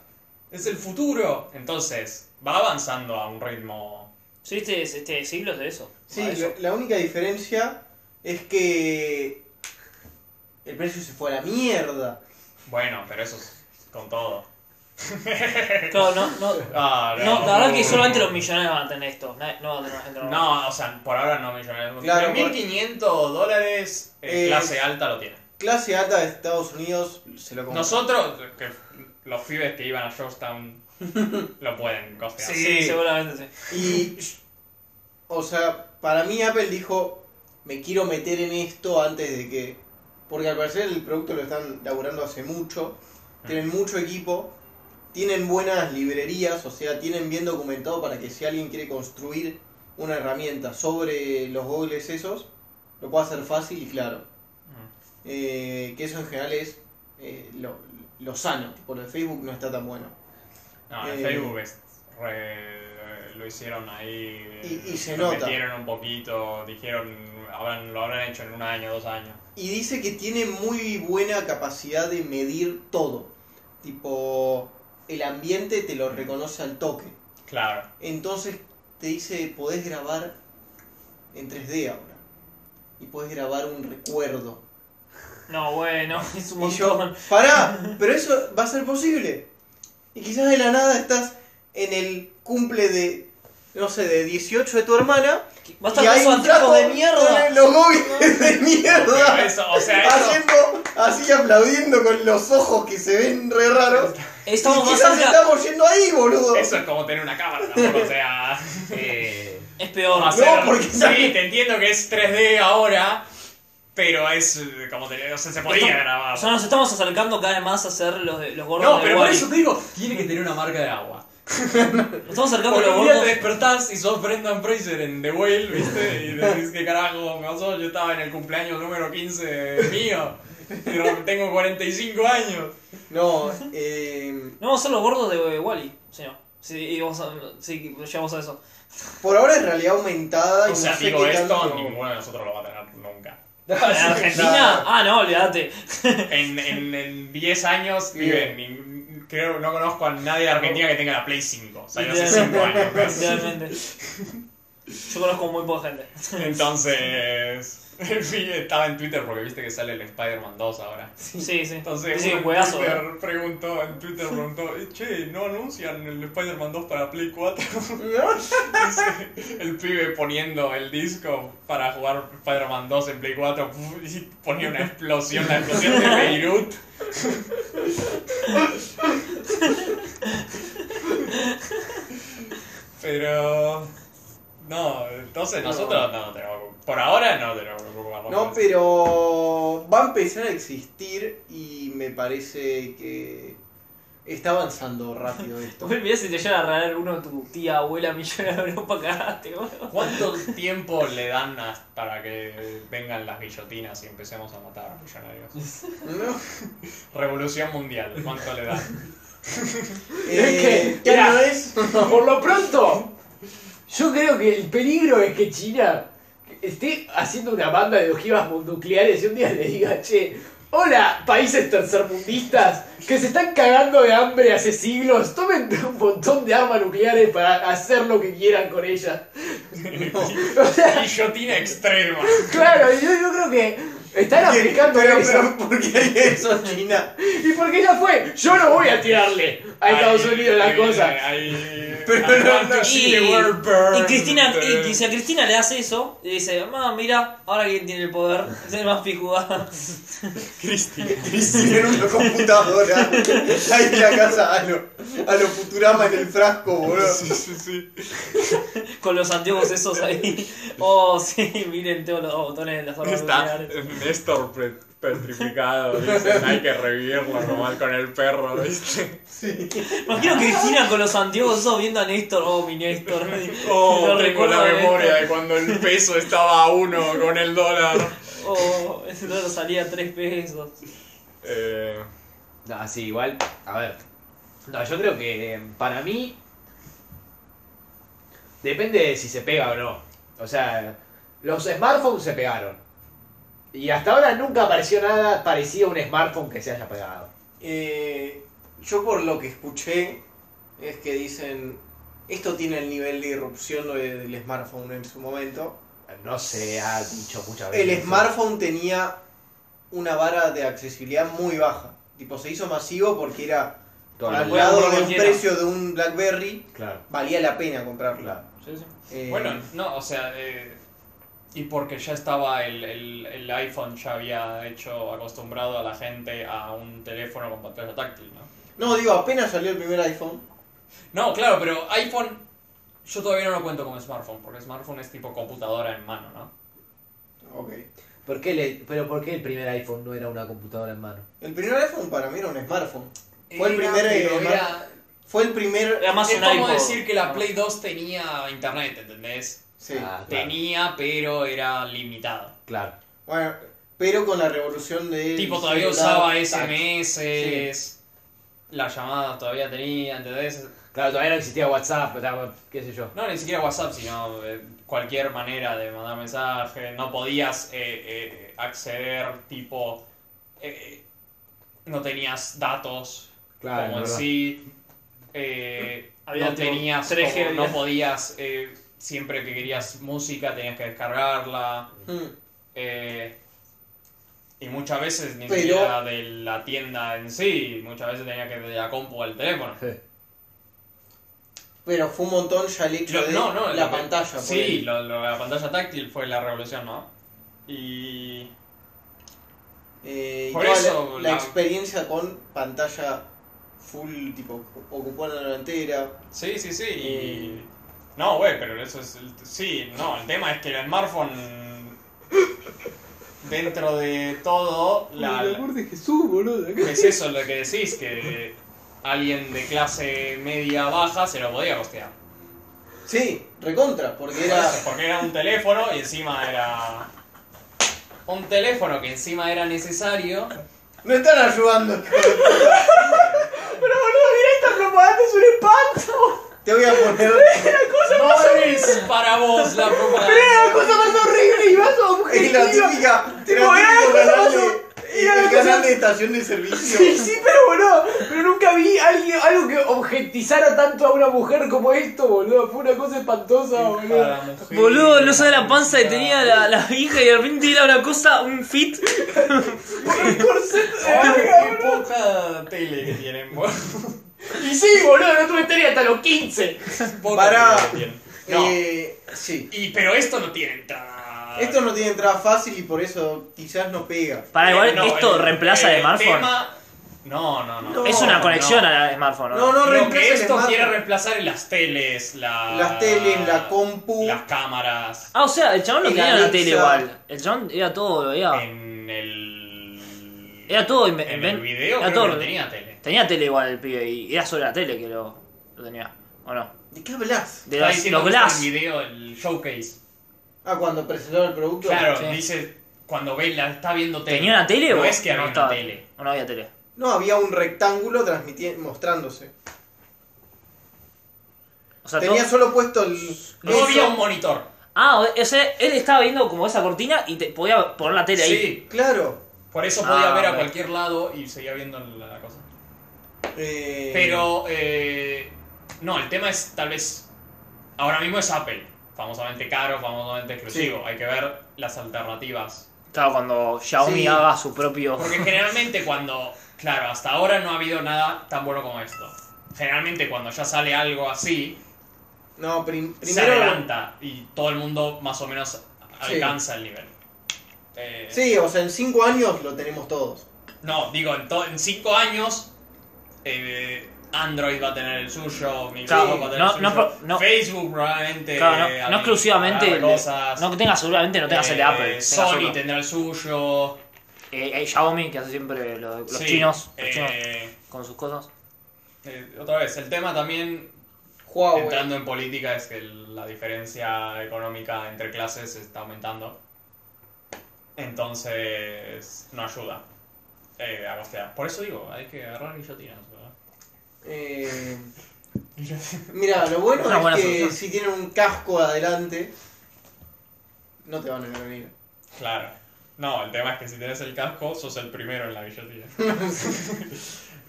[SPEAKER 1] ¡Es el futuro! Entonces, va avanzando a un ritmo...
[SPEAKER 3] Sí, este, este siglos de eso.
[SPEAKER 2] Sí,
[SPEAKER 3] A eso.
[SPEAKER 2] la, la única diferencia es que el precio se fue a la mierda.
[SPEAKER 1] Bueno, pero eso es con todo.
[SPEAKER 3] Claro, no, no.
[SPEAKER 1] Ah,
[SPEAKER 3] No, la verdad que solamente los millonarios van a tener esto. nadie- No va a tener gente normal.
[SPEAKER 1] No, o sea, por ahora no millones.
[SPEAKER 2] Claro,
[SPEAKER 1] Claro, 1.500 dólares, eh,
[SPEAKER 2] Eh,
[SPEAKER 1] clase alta lo tiene.
[SPEAKER 2] Clase alta de Estados Unidos se lo compró.
[SPEAKER 1] Nosotros, que los pibes que iban a Georgetown, lo pueden costear.
[SPEAKER 3] Sí, seguramente sí.
[SPEAKER 2] Y, o sea, para mí Apple dijo, me quiero meter en esto antes de que... Porque al parecer el producto lo están laburando hace mucho,
[SPEAKER 3] Ah.
[SPEAKER 2] tienen mucho equipo, tienen buenas librerías, o sea, tienen bien documentado para que si alguien quiere construir una herramienta sobre los googles esos, lo pueda hacer fácil y claro.
[SPEAKER 1] Mm.
[SPEAKER 2] Eh, que eso en general es eh, lo, lo sano, por el Facebook no está tan bueno.
[SPEAKER 1] No, en
[SPEAKER 2] Eh,
[SPEAKER 1] Facebook es re- lo hicieron ahí. eh,
[SPEAKER 2] Y- y se
[SPEAKER 1] lo
[SPEAKER 2] nota.
[SPEAKER 1] metieron un poquito, dijeron, habrán, lo habrán hecho en un año, dos años.
[SPEAKER 2] Y dice que tiene muy buena capacidad de medir todo. Tipo, el ambiente te lo reconoce al toque.
[SPEAKER 1] Claro.
[SPEAKER 2] Entonces te dice, podés grabar en 3D ahora. Y podés grabar un recuerdo.
[SPEAKER 3] No, bueno, es un
[SPEAKER 2] Y yo,
[SPEAKER 3] montón.
[SPEAKER 2] pará, pero eso va a ser posible. Y quizás de la nada estás en el cumple de, no sé, de 18 de tu hermana.
[SPEAKER 3] Va a
[SPEAKER 2] y
[SPEAKER 3] estar
[SPEAKER 2] hay
[SPEAKER 3] con
[SPEAKER 2] un
[SPEAKER 3] esos anteojos de
[SPEAKER 2] flaco
[SPEAKER 3] mierda.
[SPEAKER 2] con Los goggles de
[SPEAKER 1] Pero
[SPEAKER 2] mierda.
[SPEAKER 1] eso, o sea, eso.
[SPEAKER 2] haciendo así aplaudiendo con los ojos que se ven re raros.
[SPEAKER 3] Estamos
[SPEAKER 2] y
[SPEAKER 3] más
[SPEAKER 2] quizás
[SPEAKER 3] cerca.
[SPEAKER 2] estamos yendo ahí, boludo.
[SPEAKER 1] Eso es como tener una cámara, tampoco, o sea.
[SPEAKER 4] Eh,
[SPEAKER 3] Es peor.
[SPEAKER 1] no hacer-
[SPEAKER 2] porque-
[SPEAKER 1] Ah, Sí, te entiendo que es 3D ahora, pero es eh, como tener. O sea, se podía
[SPEAKER 3] Estamos-
[SPEAKER 1] grabar.
[SPEAKER 3] O sea, nos estamos acercando cada vez más a ser los, de- los gordos
[SPEAKER 1] No,
[SPEAKER 3] de
[SPEAKER 1] pero por
[SPEAKER 3] Wall-E.
[SPEAKER 1] eso te digo, tiene que tener una marca de agua.
[SPEAKER 3] Nos estamos acercando a
[SPEAKER 1] Porque
[SPEAKER 3] los
[SPEAKER 1] un día
[SPEAKER 3] gordos.
[SPEAKER 1] te despertás y sos Brendan Fraser en The Whale, ¿viste? Y decís, ¿qué carajo me pasó? Yo estaba en el cumpleaños número 15 mío. Pero tengo 45 años.
[SPEAKER 2] No, eh,
[SPEAKER 3] No vamos a ser los gordos de Wally, señor. Sí, y vamos a, sí, llegamos a eso.
[SPEAKER 2] por ahora es realidad aumentada. y
[SPEAKER 1] O sea,
[SPEAKER 2] no sé
[SPEAKER 1] digo
[SPEAKER 2] qué
[SPEAKER 1] esto,
[SPEAKER 2] tanto-
[SPEAKER 1] ninguno de nosotros lo va a tener nunca.
[SPEAKER 3] ¿En Argentina? Ah, no, olvídate.
[SPEAKER 1] En, en, en 10 años,
[SPEAKER 2] Sí.
[SPEAKER 1] vive, ni- creo no conozco a nadie de Argentina que tenga la Play 5. O sea, yo hace 5 años. ¿ves?
[SPEAKER 3] Literalmente. Yo conozco muy poca gente.
[SPEAKER 1] Entonces, en fin, estaba en Twitter porque viste que sale el Spider-Man 2 ahora.
[SPEAKER 3] Sí, sí.
[SPEAKER 1] Entonces,
[SPEAKER 3] Dice que
[SPEAKER 1] uno en
[SPEAKER 3] juegazo,
[SPEAKER 1] Twitter
[SPEAKER 3] ¿verdad?
[SPEAKER 1] preguntó, en Twitter preguntó, "Eh, che, ¿no anuncian el Spider-Man 2 para Play 4? Dice, el pibe poniendo el disco para jugar Spider-Man 2 en Play 4 y ponía una explosión, la explosión de Beirut. Pero... No, entonces
[SPEAKER 2] No.
[SPEAKER 1] nosotros no, tenemos que- Por ahora no tenemos que preocuparnos
[SPEAKER 2] No,
[SPEAKER 1] por eso.
[SPEAKER 2] pero va a empezar a existir y me parece que está avanzando rápido esto.
[SPEAKER 3] Uy, mirá si te llega a regalar uno de tu tía, abuela, millonaria de Europa, cagaste, boludo.
[SPEAKER 1] ¿Cuánto tiempo le dan a- para que vengan las guillotinas y empecemos a matar a millonarios?
[SPEAKER 2] ¿No?
[SPEAKER 1] Revolución mundial, ¿cuánto le dan?
[SPEAKER 2] Eh,
[SPEAKER 4] que-
[SPEAKER 2] ¿Qué año
[SPEAKER 4] Mirá.
[SPEAKER 2] es?
[SPEAKER 4] por lo pronto, yo creo que el peligro es que China esté haciendo una banda de ojivas nucleares y un día le diga, che, hola, países tercermundistas que se están cagando de hambre hace siglos, tomen un montón de armas nucleares para hacer lo que quieran con ellas. O sea,
[SPEAKER 1] Guillotina extrema.
[SPEAKER 4] Claro, yo, yo creo que Están aplicando
[SPEAKER 2] pero,
[SPEAKER 4] eso.
[SPEAKER 2] pero, ¿por qué hay eso en China?
[SPEAKER 4] ¿Y por qué ya fue? Yo no voy a tirarle a Estados Unidos
[SPEAKER 2] eh,
[SPEAKER 4] las cosas.
[SPEAKER 1] Pero
[SPEAKER 2] I want to
[SPEAKER 3] Y, y Cristina, y, si a Cristina le hace eso, y dice, mamá, mira, ahora quién tiene el poder, es el más pijuda.
[SPEAKER 1] Cristina.
[SPEAKER 2] Hicieron una computadora. Ahí en la casa a lo, a lo Futurama en el frasco, boludo.
[SPEAKER 1] Sí, sí, sí.
[SPEAKER 3] Con los anteojos esos ahí. Oh, sí, miren todos los botones de las armas
[SPEAKER 1] Está
[SPEAKER 3] nucleares.
[SPEAKER 1] Néstor pe- petrificado. Dicen, hay que revivirlo nomás con el perro, ¿viste?
[SPEAKER 3] Imagino que Cristina con los anteojos esos viendo a Néstor. Oh, mi Néstor.
[SPEAKER 1] Oh,
[SPEAKER 3] Lo
[SPEAKER 1] tengo
[SPEAKER 3] recuerdo
[SPEAKER 1] la
[SPEAKER 3] de
[SPEAKER 1] memoria
[SPEAKER 3] Néstor.
[SPEAKER 1] de cuando el peso estaba a uno con el dólar.
[SPEAKER 3] Oh, ese dólar salía a 3 pesos.
[SPEAKER 1] Eh,
[SPEAKER 4] No, sí, igual. A ver. No, yo creo que eh, para mí. Depende de si se pega o no. O sea, los smartphones se pegaron. Y hasta ahora nunca apareció nada parecido a un smartphone que se haya pegado.
[SPEAKER 2] Eh, yo por lo que escuché es que dicen, esto tiene el nivel de irrupción de- del smartphone en su momento.
[SPEAKER 4] No se ha dicho muchas veces.
[SPEAKER 2] El smartphone tenía una vara de accesibilidad muy baja. Tipo, se hizo masivo porque era
[SPEAKER 4] Todo
[SPEAKER 2] al
[SPEAKER 4] lo-
[SPEAKER 3] puede
[SPEAKER 2] lado
[SPEAKER 3] comprar
[SPEAKER 2] de un
[SPEAKER 3] cualquiera.
[SPEAKER 2] precio de un BlackBerry,
[SPEAKER 4] Claro,
[SPEAKER 2] valía la pena comprarlo.
[SPEAKER 4] claro.
[SPEAKER 3] Sí, sí.
[SPEAKER 2] Eh,
[SPEAKER 1] Bueno, no, o sea, eh, y porque ya estaba el, el, el iPhone, ya había hecho acostumbrado a la gente a un teléfono con pantalla táctil, ¿no?
[SPEAKER 2] No, digo, apenas salió el primer iPhone.
[SPEAKER 1] No, claro, pero iPhone yo todavía no lo cuento como smartphone, porque smartphone es tipo computadora en mano, ¿no?
[SPEAKER 2] Ok.
[SPEAKER 4] ¿Por qué le- ¿Pero por qué el primer iPhone no era una computadora en mano?
[SPEAKER 2] El primer iPhone para mí era un smartphone. Fue el primer, eh,
[SPEAKER 1] era-
[SPEAKER 2] Fue el primer...
[SPEAKER 3] Era más
[SPEAKER 1] es
[SPEAKER 3] un
[SPEAKER 1] como
[SPEAKER 3] iPod. Ah.
[SPEAKER 1] decir que
[SPEAKER 2] Ah.
[SPEAKER 1] la Play 2 tenía internet, ¿entendés?
[SPEAKER 2] Sí.
[SPEAKER 4] Ah, claro,
[SPEAKER 1] Tenía, pero era limitado.
[SPEAKER 4] Claro.
[SPEAKER 2] Bueno, pero con la revolución de...
[SPEAKER 1] Tipo, todavía usaba SMS, las llamadas todavía tenía, ¿entendés?
[SPEAKER 4] Claro, todavía no existía WhatsApp, pero estaba- qué sé yo.
[SPEAKER 1] No, ni siquiera WhatsApp, sino eh, cualquier manera de mandar mensaje. No podías eh, eh, acceder, tipo. eh, no tenías datos
[SPEAKER 4] Claro,
[SPEAKER 1] como en
[SPEAKER 4] es verdad.
[SPEAKER 1] sí. eh,
[SPEAKER 3] Había
[SPEAKER 1] no
[SPEAKER 3] tipo
[SPEAKER 1] tenías.
[SPEAKER 3] 3G
[SPEAKER 1] como- no
[SPEAKER 3] había.
[SPEAKER 1] podías. eh, siempre que querías música tenías que descargarla.
[SPEAKER 2] Mm.
[SPEAKER 1] eh, y muchas veces ni
[SPEAKER 2] Pero-
[SPEAKER 1] siquiera de la tienda en sí. Muchas veces tenías que de la compu al teléfono.
[SPEAKER 2] Pero fue un montón ya el hecho
[SPEAKER 1] Lo-
[SPEAKER 2] de
[SPEAKER 1] no, no,
[SPEAKER 2] la
[SPEAKER 1] lo que-
[SPEAKER 2] pantalla.
[SPEAKER 1] Sí, lo- lo- la pantalla táctil fue la revolución, ¿no? Y.
[SPEAKER 2] Eh, y
[SPEAKER 1] Por
[SPEAKER 2] toda la-
[SPEAKER 1] eso,
[SPEAKER 2] la,
[SPEAKER 1] la-
[SPEAKER 2] experiencia con pantalla full, tipo, ocupó la delantera.
[SPEAKER 1] Sí, sí, sí.
[SPEAKER 2] Eh.
[SPEAKER 1] y- No, güey, pero eso es. el- Sí, no, el tema es que el smartphone. Dentro de todo. La,
[SPEAKER 4] de Jesús, boludo.
[SPEAKER 1] es eso lo que decís, que alguien de clase media baja se lo podía costear.
[SPEAKER 2] Sí, recontra, porque
[SPEAKER 1] Por
[SPEAKER 2] era.
[SPEAKER 1] eso, Porque era un teléfono y encima era. Un teléfono que encima era necesario.
[SPEAKER 2] No están ayudando.
[SPEAKER 4] Pero boludo, mira esta propaganda, es un espanto.
[SPEAKER 2] Te voy a poner.
[SPEAKER 1] No es para vos la
[SPEAKER 4] Pero
[SPEAKER 1] propaganda.
[SPEAKER 4] era la cosa más horrible y más
[SPEAKER 2] Es la
[SPEAKER 4] objetiva.
[SPEAKER 2] típica. era
[SPEAKER 4] Tipo, era
[SPEAKER 2] el típico
[SPEAKER 4] la cosa
[SPEAKER 2] canal
[SPEAKER 4] más-
[SPEAKER 2] de-
[SPEAKER 4] era la
[SPEAKER 2] el
[SPEAKER 4] cosa-
[SPEAKER 2] canal de estación de servicio.
[SPEAKER 4] Sí, sí, pero boludo. Pero nunca vi alguien, algo que objetizara tanto a una mujer como esto, boludo. Fue una cosa espantosa, boludo.
[SPEAKER 1] Para mujer.
[SPEAKER 3] Boludo, no sabe la panza que tenía la, la hija y de repente era una cosa, un fit.
[SPEAKER 4] Un corset de
[SPEAKER 1] Ay,
[SPEAKER 4] verga,
[SPEAKER 1] qué
[SPEAKER 4] boludo.
[SPEAKER 1] poca tele que tienen, boludo.
[SPEAKER 4] Y sí, boludo, no tuve tele hasta los 15.
[SPEAKER 1] Poca
[SPEAKER 2] Pará.
[SPEAKER 1] tele que tienen. No.
[SPEAKER 2] Eh, sí.
[SPEAKER 1] Y, pero esto no tiene entrada.
[SPEAKER 2] Esto no tiene entrada fácil y por eso quizás no pega.
[SPEAKER 3] Para
[SPEAKER 1] Eh,
[SPEAKER 3] igual,
[SPEAKER 1] no,
[SPEAKER 3] esto
[SPEAKER 1] el-
[SPEAKER 3] reemplaza
[SPEAKER 1] el
[SPEAKER 3] el smartphone.
[SPEAKER 1] tema- No, no, no,
[SPEAKER 2] No,
[SPEAKER 3] Es una
[SPEAKER 1] No,
[SPEAKER 3] conexión
[SPEAKER 1] no.
[SPEAKER 3] al smartphone. ¿no?
[SPEAKER 2] No, no,
[SPEAKER 1] Lo que
[SPEAKER 2] reemplaza el
[SPEAKER 1] esto
[SPEAKER 2] smartphone.
[SPEAKER 1] quiere reemplazar en las teles, la...
[SPEAKER 2] Las teles, la compu.
[SPEAKER 1] las cámaras,
[SPEAKER 3] Ah, o sea, el chabón no
[SPEAKER 2] El
[SPEAKER 3] tenía la
[SPEAKER 2] Alexa.
[SPEAKER 3] tele igual. El chabón era todo, lo era.
[SPEAKER 1] en el...
[SPEAKER 3] Ah. Era todo inven-
[SPEAKER 1] En el
[SPEAKER 3] inven-
[SPEAKER 1] video
[SPEAKER 3] era
[SPEAKER 1] creo que
[SPEAKER 3] todo-
[SPEAKER 1] no tenía tele.
[SPEAKER 3] Tenía tele igual el pibe y era sobre la tele que lo, lo tenía. ¿O no?
[SPEAKER 2] ¿De qué hablas?
[SPEAKER 3] De
[SPEAKER 1] Está
[SPEAKER 3] los,
[SPEAKER 1] diciendo
[SPEAKER 3] los
[SPEAKER 1] que está
[SPEAKER 3] Glass.
[SPEAKER 1] El video, el showcase.
[SPEAKER 2] Ah, cuando presentaron el producto.
[SPEAKER 1] Claro,
[SPEAKER 3] Sí.
[SPEAKER 1] dice... Cuando ve la está viendo tele.
[SPEAKER 3] ¿Tenía una tele
[SPEAKER 1] no
[SPEAKER 3] o
[SPEAKER 1] es que había
[SPEAKER 3] no
[SPEAKER 1] una
[SPEAKER 3] estaba?
[SPEAKER 1] tele.
[SPEAKER 3] O no había tele.
[SPEAKER 2] No, había un rectángulo transmitiendo, mostrándose.
[SPEAKER 3] O sea,
[SPEAKER 2] Tenía
[SPEAKER 3] todo-
[SPEAKER 2] solo puesto el.
[SPEAKER 1] No
[SPEAKER 2] eso.
[SPEAKER 1] había un monitor.
[SPEAKER 3] Ah, o o sea, él estaba viendo como esa cortina y te podía poner la tele ahí.
[SPEAKER 1] Sí,
[SPEAKER 2] Claro.
[SPEAKER 1] por eso podía
[SPEAKER 3] Ah,
[SPEAKER 1] ver a
[SPEAKER 3] ok.
[SPEAKER 1] cualquier lado y seguía viendo la cosa.
[SPEAKER 2] Eh,
[SPEAKER 1] Pero, eh, no, el tema es tal vez, ahora mismo es Apple, famosamente caro, famosamente exclusivo. Hay que ver las alternativas
[SPEAKER 3] Claro, cuando Xiaomi
[SPEAKER 2] Sí.
[SPEAKER 3] haga su propio.
[SPEAKER 1] Porque generalmente cuando. Claro, hasta ahora no ha habido nada tan bueno como esto. Generalmente cuando ya sale algo así,
[SPEAKER 2] No, prim-
[SPEAKER 1] se
[SPEAKER 2] primero.
[SPEAKER 1] adelanta y todo el mundo más o menos alcanza el nivel. Eh,
[SPEAKER 2] Sí, o sea, en 5 años lo tenemos todos.
[SPEAKER 1] No, digo, en, to- en cinco años eh, Android va a tener el suyo, Microsoft
[SPEAKER 2] Claro,
[SPEAKER 1] va a tener
[SPEAKER 3] no-
[SPEAKER 1] el
[SPEAKER 3] no
[SPEAKER 1] suyo,
[SPEAKER 3] pro- no-
[SPEAKER 1] Facebook probablemente.
[SPEAKER 3] Claro, no-
[SPEAKER 1] eh,
[SPEAKER 3] no,
[SPEAKER 1] haga-
[SPEAKER 3] exclusivamente.
[SPEAKER 1] haga
[SPEAKER 3] el de-
[SPEAKER 1] cosas.
[SPEAKER 3] no que tenga, seguramente no tengas el de
[SPEAKER 1] Eh,
[SPEAKER 3] Apple. tengas
[SPEAKER 1] Sony
[SPEAKER 3] otro.
[SPEAKER 1] tendrá el suyo.
[SPEAKER 3] Eh, eh, Xiaomi, que hace siempre lo- los
[SPEAKER 1] sí,
[SPEAKER 3] chinos. Los
[SPEAKER 1] eh,
[SPEAKER 3] chinos con sus cosas.
[SPEAKER 1] eh, otra vez, el tema también
[SPEAKER 2] Huawei.
[SPEAKER 1] entrando en política es que el- la diferencia económica entre clases está aumentando. Entonces, no ayuda eh, a costear. Por eso digo, hay que agarrar guillotinas, ¿verdad?
[SPEAKER 2] Eh, mira, lo bueno
[SPEAKER 3] Es una buena
[SPEAKER 2] es que
[SPEAKER 3] solución.
[SPEAKER 2] si tienen un casco adelante, no te van a venir.
[SPEAKER 1] Claro. No, el tema es que si tenés el casco, sos el primero en la guillotina.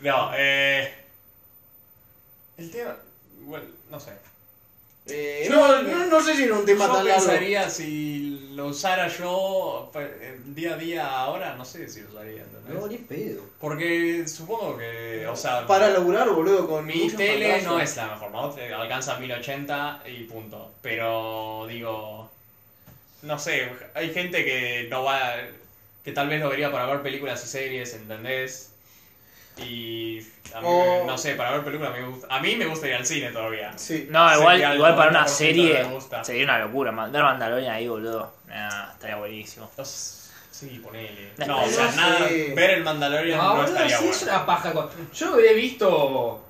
[SPEAKER 1] no, eh. El tema. Bueno, no sé.
[SPEAKER 2] Eh,
[SPEAKER 1] Yo-
[SPEAKER 2] no, no, no sé si era un tema
[SPEAKER 1] Yo
[SPEAKER 2] tan largo.
[SPEAKER 1] pensaría si lo usara yo pues, eh, día a día ahora, no sé si lo usaría, ¿entendés?
[SPEAKER 5] No, ni pedo.
[SPEAKER 1] Porque supongo que, o sea,
[SPEAKER 2] Para laburar, boludo, con
[SPEAKER 1] mi
[SPEAKER 2] muchas
[SPEAKER 1] tele
[SPEAKER 2] pantallas.
[SPEAKER 1] no es la mejor, ¿no? Te alcanza 1080 y punto. Pero digo, no sé, hay gente que no va, que tal vez lo vería para ver películas y series, ¿entendés? Y a mí,
[SPEAKER 2] O-
[SPEAKER 1] no sé, para ver películas me gusta, a mí me gusta ir al cine todavía.
[SPEAKER 2] Sí.
[SPEAKER 3] No,
[SPEAKER 1] Sí,
[SPEAKER 3] igual,
[SPEAKER 1] al
[SPEAKER 3] igual para una
[SPEAKER 1] 90%
[SPEAKER 3] serie
[SPEAKER 1] me gusta.
[SPEAKER 3] sería una locura. man- Ver Mandalorian ahí, boludo. Nah, estaría buenísimo.
[SPEAKER 1] No sé, Sí, ponele.
[SPEAKER 3] No,
[SPEAKER 1] No, o sea,
[SPEAKER 2] no
[SPEAKER 1] nada,
[SPEAKER 2] sé.
[SPEAKER 1] ver el
[SPEAKER 4] Ah,
[SPEAKER 1] Mandalorian no,
[SPEAKER 5] No, boludo,
[SPEAKER 1] estaría
[SPEAKER 5] sí,
[SPEAKER 1] bueno.
[SPEAKER 5] es una paja. con-
[SPEAKER 4] Yo he visto.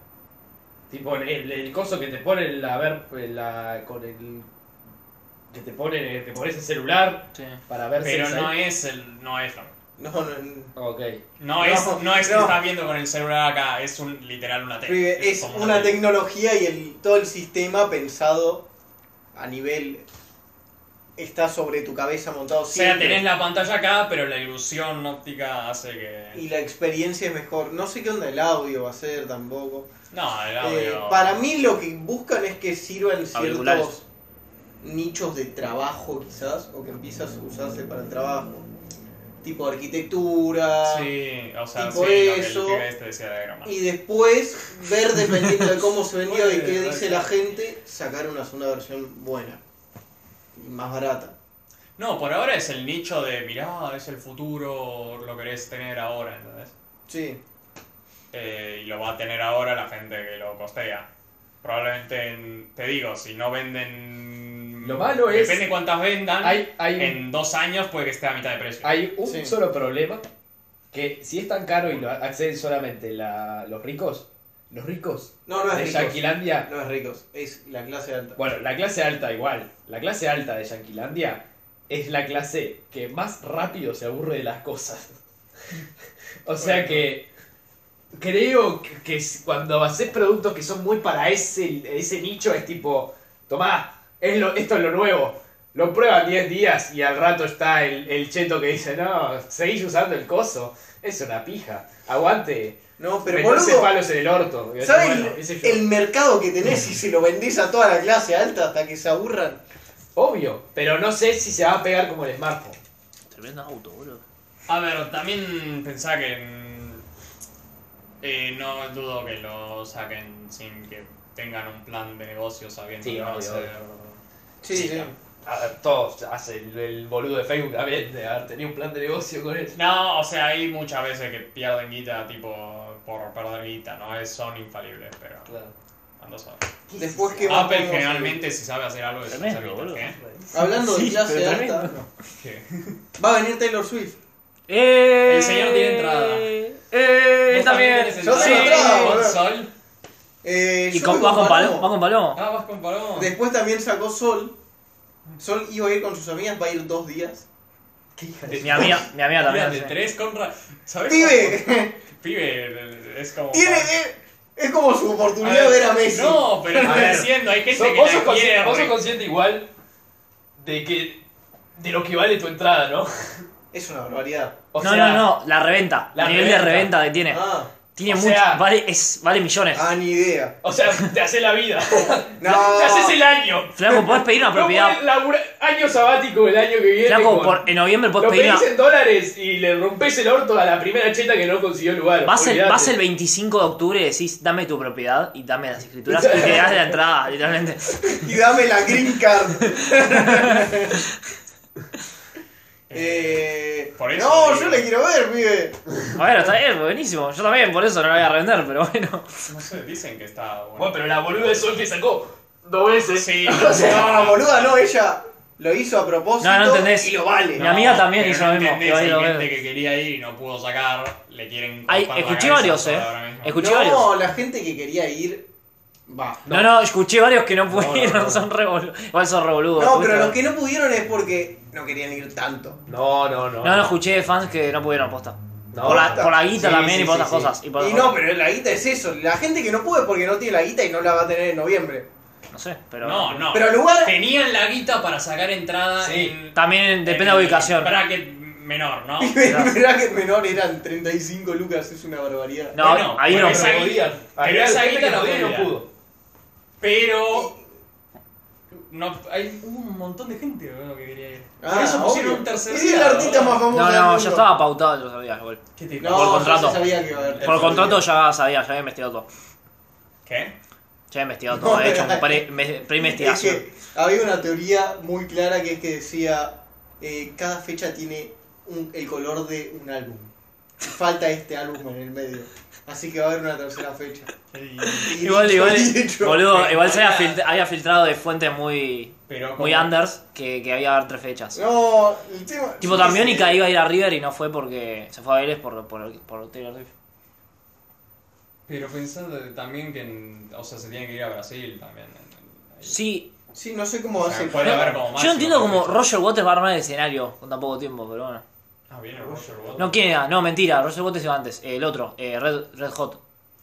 [SPEAKER 4] Tipo, el, el, el coso que te ponen a ver. eh, la- con el. Que te ponen. eh, Te pones el celular
[SPEAKER 3] Sí.
[SPEAKER 4] para ver
[SPEAKER 1] Pero
[SPEAKER 4] series
[SPEAKER 1] no
[SPEAKER 4] ahí.
[SPEAKER 1] es el, no es lo
[SPEAKER 2] No, no, no.
[SPEAKER 4] Ok.
[SPEAKER 1] No, es, no es que
[SPEAKER 2] no.
[SPEAKER 1] estás viendo con el celular acá, es un literal una tele.
[SPEAKER 2] Pibe, Es
[SPEAKER 1] como
[SPEAKER 2] una
[SPEAKER 1] tele.
[SPEAKER 2] tecnología y el, todo el sistema pensado a nivel. Está sobre tu cabeza montado
[SPEAKER 1] O sea,
[SPEAKER 2] siempre.
[SPEAKER 1] tenés la pantalla acá, pero la ilusión óptica hace
[SPEAKER 2] Y
[SPEAKER 1] que.
[SPEAKER 2] la experiencia es mejor. No sé qué onda el audio va a ser tampoco.
[SPEAKER 1] No, el
[SPEAKER 2] Eh,
[SPEAKER 1] audio.
[SPEAKER 2] para mí lo que buscan es que sirvan
[SPEAKER 3] Auriculares.
[SPEAKER 2] ciertos nichos de trabajo quizás, o que empiezas a usarse para el trabajo. Tipo arquitectura.
[SPEAKER 1] Sí, o sea, sí,
[SPEAKER 2] tipo
[SPEAKER 1] lo que el
[SPEAKER 2] eso.
[SPEAKER 1] pibe este decía de grama.
[SPEAKER 2] Y después ver dependiendo de cómo se vendió y qué
[SPEAKER 1] Puede
[SPEAKER 2] dice
[SPEAKER 1] ser.
[SPEAKER 2] la gente, sacar una segunda versión buena. Y más barata.
[SPEAKER 1] No, por ahora es el nicho de, mirá, es el futuro, lo querés tener ahora, ¿entendés?
[SPEAKER 2] Sí.
[SPEAKER 1] Eh, y lo va a tener ahora la gente que lo costea. Probablemente, en- te digo, si no venden.
[SPEAKER 4] Lo malo es-
[SPEAKER 1] Depende cuántas vendan.
[SPEAKER 4] Hay, hay,
[SPEAKER 1] En dos años puede que esté a mitad de precio.
[SPEAKER 4] hay un
[SPEAKER 2] Sí.
[SPEAKER 4] solo problema. Que si es tan caro y lo acceden solamente la- los ricos. Los ricos
[SPEAKER 2] No, no
[SPEAKER 4] de
[SPEAKER 2] es ricos.
[SPEAKER 4] Yanquilandia.
[SPEAKER 2] No es ricos, es la clase alta.
[SPEAKER 4] Bueno, la clase alta igual. La clase alta de Yanquilandia es la clase que más rápido se aburre de las cosas. o sea que creo que- que si- cuando haces productos que son muy para ese, ese nicho es tipo, tomá, es lo, esto es lo nuevo. Lo prueban 10 días y al rato está el, el cheto que dice, no, seguís usando el coso. Es una pija. Aguante.
[SPEAKER 2] No, pero
[SPEAKER 4] Pero
[SPEAKER 2] boludo,
[SPEAKER 4] palos en el orto. Y decís,
[SPEAKER 2] ¿Sabes
[SPEAKER 4] "Bueno, qué sé yo".
[SPEAKER 2] el mercado que tenés y se lo vendés a toda la clase alta hasta que se aburran?
[SPEAKER 4] Obvio, pero no sé si se va a pegar como el smartphone.
[SPEAKER 3] Tremendo auto, boludo.
[SPEAKER 1] A ver, también pensá que mm, eh, no dudo que lo saquen sin que tengan un plan de negocio sabiendo
[SPEAKER 4] Sí,
[SPEAKER 1] que van a
[SPEAKER 4] obvio,
[SPEAKER 1] hacer.
[SPEAKER 2] Sí, sí.
[SPEAKER 4] A ver, todos hace el, el boludo de Facebook también de haber tenido un plan de negocio con él.
[SPEAKER 1] No, o sea, hay muchas veces que pierden guita tipo por perder guita, no es son infalibles, pero ando solo.
[SPEAKER 2] Después que
[SPEAKER 1] Apple
[SPEAKER 2] vamos a-
[SPEAKER 1] generalmente si sabe hacer algo es hacer
[SPEAKER 3] Tremendo,
[SPEAKER 1] guita,
[SPEAKER 3] boludo.
[SPEAKER 4] Ah,
[SPEAKER 1] ¿eh?
[SPEAKER 2] Hablando
[SPEAKER 3] Sí,
[SPEAKER 2] de clase
[SPEAKER 3] pero
[SPEAKER 2] alta,
[SPEAKER 3] tremendo.
[SPEAKER 1] Que-
[SPEAKER 2] va a venir Taylor Swift.
[SPEAKER 3] Eh,
[SPEAKER 1] El señor tiene entrada.
[SPEAKER 3] Eh,
[SPEAKER 1] ¿Vos
[SPEAKER 3] también.
[SPEAKER 1] tenés
[SPEAKER 2] Yo
[SPEAKER 1] entrada?
[SPEAKER 2] tengo
[SPEAKER 3] Sí.
[SPEAKER 2] entrada,
[SPEAKER 1] ¿Con
[SPEAKER 2] boludo.
[SPEAKER 1] Sol?
[SPEAKER 2] Eh,
[SPEAKER 3] ¿Y
[SPEAKER 2] yo
[SPEAKER 3] con,
[SPEAKER 2] voy
[SPEAKER 3] vas con Palomo? ¿Vas
[SPEAKER 2] Palomo.
[SPEAKER 3] con Palomo?
[SPEAKER 1] Ah, vas con Paloma.
[SPEAKER 2] Después también sacó Sol. Sol iba a ir con sus amigas, va a ir dos días.
[SPEAKER 3] Mi amiga, mi amiga
[SPEAKER 1] Mira,
[SPEAKER 3] también.
[SPEAKER 1] de
[SPEAKER 3] sí.
[SPEAKER 1] tres con ra- ¿Sabes?
[SPEAKER 2] ¡Pibe!
[SPEAKER 1] cómo? Pibe, es como.
[SPEAKER 2] Tiene, eh, es como su oportunidad de ver a Messi.
[SPEAKER 1] No, pero
[SPEAKER 4] A
[SPEAKER 1] estoy
[SPEAKER 4] ver,
[SPEAKER 1] diciendo, hay gente
[SPEAKER 4] So-
[SPEAKER 1] que
[SPEAKER 4] vos, sos
[SPEAKER 1] la
[SPEAKER 4] consci-
[SPEAKER 1] quiere.
[SPEAKER 4] vos sos
[SPEAKER 1] re-
[SPEAKER 4] consciente igual de que de lo que vale tu entrada, ¿no?
[SPEAKER 2] Es una barbaridad.
[SPEAKER 4] O
[SPEAKER 3] no,
[SPEAKER 4] sea,
[SPEAKER 3] no, no, la reventa.
[SPEAKER 4] la
[SPEAKER 3] el nivel de
[SPEAKER 4] reventa.
[SPEAKER 3] reventa que tiene.
[SPEAKER 2] Ah,
[SPEAKER 3] Tiene
[SPEAKER 4] O
[SPEAKER 3] mucho.
[SPEAKER 4] sea-
[SPEAKER 3] vale, es, vale millones.
[SPEAKER 2] Ah, ni idea.
[SPEAKER 4] O sea, te hace la vida.
[SPEAKER 2] No.
[SPEAKER 4] Te haces el año.
[SPEAKER 3] Flaco, podés pedir una
[SPEAKER 4] No
[SPEAKER 3] propiedad.
[SPEAKER 4] podés laburar- año sabático el año que viene.
[SPEAKER 3] Flaco,
[SPEAKER 4] con-
[SPEAKER 3] por- en noviembre
[SPEAKER 4] Lo
[SPEAKER 3] podés pedir
[SPEAKER 4] pedís
[SPEAKER 3] una.
[SPEAKER 4] en dólares y le rompes el orto a la primera cheta que no consiguió lugar.
[SPEAKER 3] Vas el,
[SPEAKER 4] Olvidate.
[SPEAKER 3] vas el 25 de octubre y decís, dame tu propiedad y dame las escrituras y te das la entrada, literalmente.
[SPEAKER 2] Y dame la green card. Eh,
[SPEAKER 1] Por eso
[SPEAKER 2] no,
[SPEAKER 1] digo.
[SPEAKER 2] yo le quiero ver, pibe.
[SPEAKER 3] Bueno, está bien, buenísimo. Yo también, por eso no la voy a revender, pero bueno.
[SPEAKER 1] No sé, dicen que está bueno.
[SPEAKER 4] Bueno, pero la boluda de Sol que sacó dos veces.
[SPEAKER 1] Sí,
[SPEAKER 2] O sea, no, boluda, no, ella lo hizo a propósito
[SPEAKER 3] No, no entendés.
[SPEAKER 2] y lo vale.
[SPEAKER 3] Mi No. amiga Ah, también
[SPEAKER 1] pero
[SPEAKER 3] hizo
[SPEAKER 1] no
[SPEAKER 3] lo mismo,
[SPEAKER 1] entendés,
[SPEAKER 3] lo mismo,
[SPEAKER 1] hay
[SPEAKER 3] lo
[SPEAKER 1] gente
[SPEAKER 3] mismo.
[SPEAKER 1] que quería ir y no pudo sacar, le quieren.
[SPEAKER 3] Hay-
[SPEAKER 1] cortar la
[SPEAKER 3] escuché
[SPEAKER 1] cabeza
[SPEAKER 3] varios, eh.
[SPEAKER 1] ahora mismo.
[SPEAKER 3] Escuché varios.
[SPEAKER 2] No, la gente que quería ir. Va.
[SPEAKER 3] No, no, escuché varios que no pudieron,
[SPEAKER 1] no, no.
[SPEAKER 3] son revoludos. Igual son revoludos.
[SPEAKER 2] No, pero
[SPEAKER 3] posta.
[SPEAKER 2] los que no pudieron es porque no querían ir tanto.
[SPEAKER 4] No, no, no.
[SPEAKER 3] No, no, escuché de fans que no pudieron aposta.
[SPEAKER 4] No,
[SPEAKER 3] por, la,
[SPEAKER 2] basta.
[SPEAKER 3] por la guita
[SPEAKER 4] Sí,
[SPEAKER 3] también
[SPEAKER 4] sí,
[SPEAKER 3] y por
[SPEAKER 4] sí,
[SPEAKER 3] otras
[SPEAKER 4] sí.
[SPEAKER 3] cosas. Y, por
[SPEAKER 2] Y
[SPEAKER 3] otras
[SPEAKER 2] no,
[SPEAKER 3] cosas.
[SPEAKER 2] pero la guita es eso. La gente que no puede porque no tiene la guita y no la va a tener en noviembre.
[SPEAKER 3] No sé, pero.
[SPEAKER 1] No, no.
[SPEAKER 2] Pero lugar.
[SPEAKER 1] Tenían la guita para sacar entrada
[SPEAKER 4] Sí.
[SPEAKER 1] en.
[SPEAKER 3] También depende de la
[SPEAKER 1] en
[SPEAKER 3] ubicación.
[SPEAKER 1] Bracket menor, ¿no?
[SPEAKER 2] Pibe, mirá que menor eran 35 lucas, es una barbaridad.
[SPEAKER 3] No,
[SPEAKER 1] Bueno,
[SPEAKER 3] ahí no.
[SPEAKER 1] bueno, esa- Pero esa guita la podían. Pero. No, hay hubo un montón de gente boludo, que quería ir. Por eso pusieron
[SPEAKER 2] Ah, obvio.
[SPEAKER 1] un tercer
[SPEAKER 2] Ese Es el
[SPEAKER 1] día,
[SPEAKER 2] artista
[SPEAKER 1] boludo.
[SPEAKER 2] más famoso.
[SPEAKER 3] No,
[SPEAKER 2] del
[SPEAKER 3] no,
[SPEAKER 2] mundo.
[SPEAKER 3] ya estaba pautado, yo lo sabía, Joel.
[SPEAKER 1] ¿Qué tipo?
[SPEAKER 2] No,
[SPEAKER 3] por el
[SPEAKER 2] yo
[SPEAKER 3] contrato.
[SPEAKER 2] sabía que iba a haber
[SPEAKER 3] Por el
[SPEAKER 2] tercer
[SPEAKER 3] contrato
[SPEAKER 2] día.
[SPEAKER 3] ya sabía, ya había investigado todo.
[SPEAKER 1] ¿Qué?
[SPEAKER 3] Ya había investigado
[SPEAKER 2] No,
[SPEAKER 3] todo, he hecho
[SPEAKER 2] pero-
[SPEAKER 3] pre- me-
[SPEAKER 2] Es
[SPEAKER 3] pre-investigación.
[SPEAKER 2] que había una teoría muy clara que es que decía: eh, cada fecha tiene un- el color de un álbum. Falta este álbum en el medio. Así que va a haber una tercera fecha. Y
[SPEAKER 3] Igual,
[SPEAKER 2] dicho
[SPEAKER 3] igual,
[SPEAKER 2] y hecho.
[SPEAKER 3] boludo,
[SPEAKER 1] pero
[SPEAKER 3] igual se había,
[SPEAKER 1] había-
[SPEAKER 3] filtra- había filtrado de fuentes muy,
[SPEAKER 1] Pero como-
[SPEAKER 3] muy unders que, que había tres fechas.
[SPEAKER 2] No, el tema.
[SPEAKER 3] Tipo, Tambiónica iba a ir a River y no fue porque se fue a Vélez por, por, por Taylor Swift.
[SPEAKER 1] Pero pensando también que. en- o sea, se tiene que ir a Brasil también.
[SPEAKER 3] Sí,
[SPEAKER 2] Sí, no sé cómo
[SPEAKER 1] O
[SPEAKER 2] va
[SPEAKER 1] sea,
[SPEAKER 2] a ser.
[SPEAKER 1] Ah, puede haber como
[SPEAKER 3] yo no
[SPEAKER 1] máximo
[SPEAKER 3] entiendo
[SPEAKER 1] tres
[SPEAKER 3] cómo
[SPEAKER 1] fechas.
[SPEAKER 3] Roger Waters va a armar el escenario con tan poco tiempo, pero bueno.
[SPEAKER 1] Ah, viene Roger Waters.
[SPEAKER 3] No, ¿quién era? No, mentira, Roger Waters iba antes. El otro, eh, Red, Red Hot.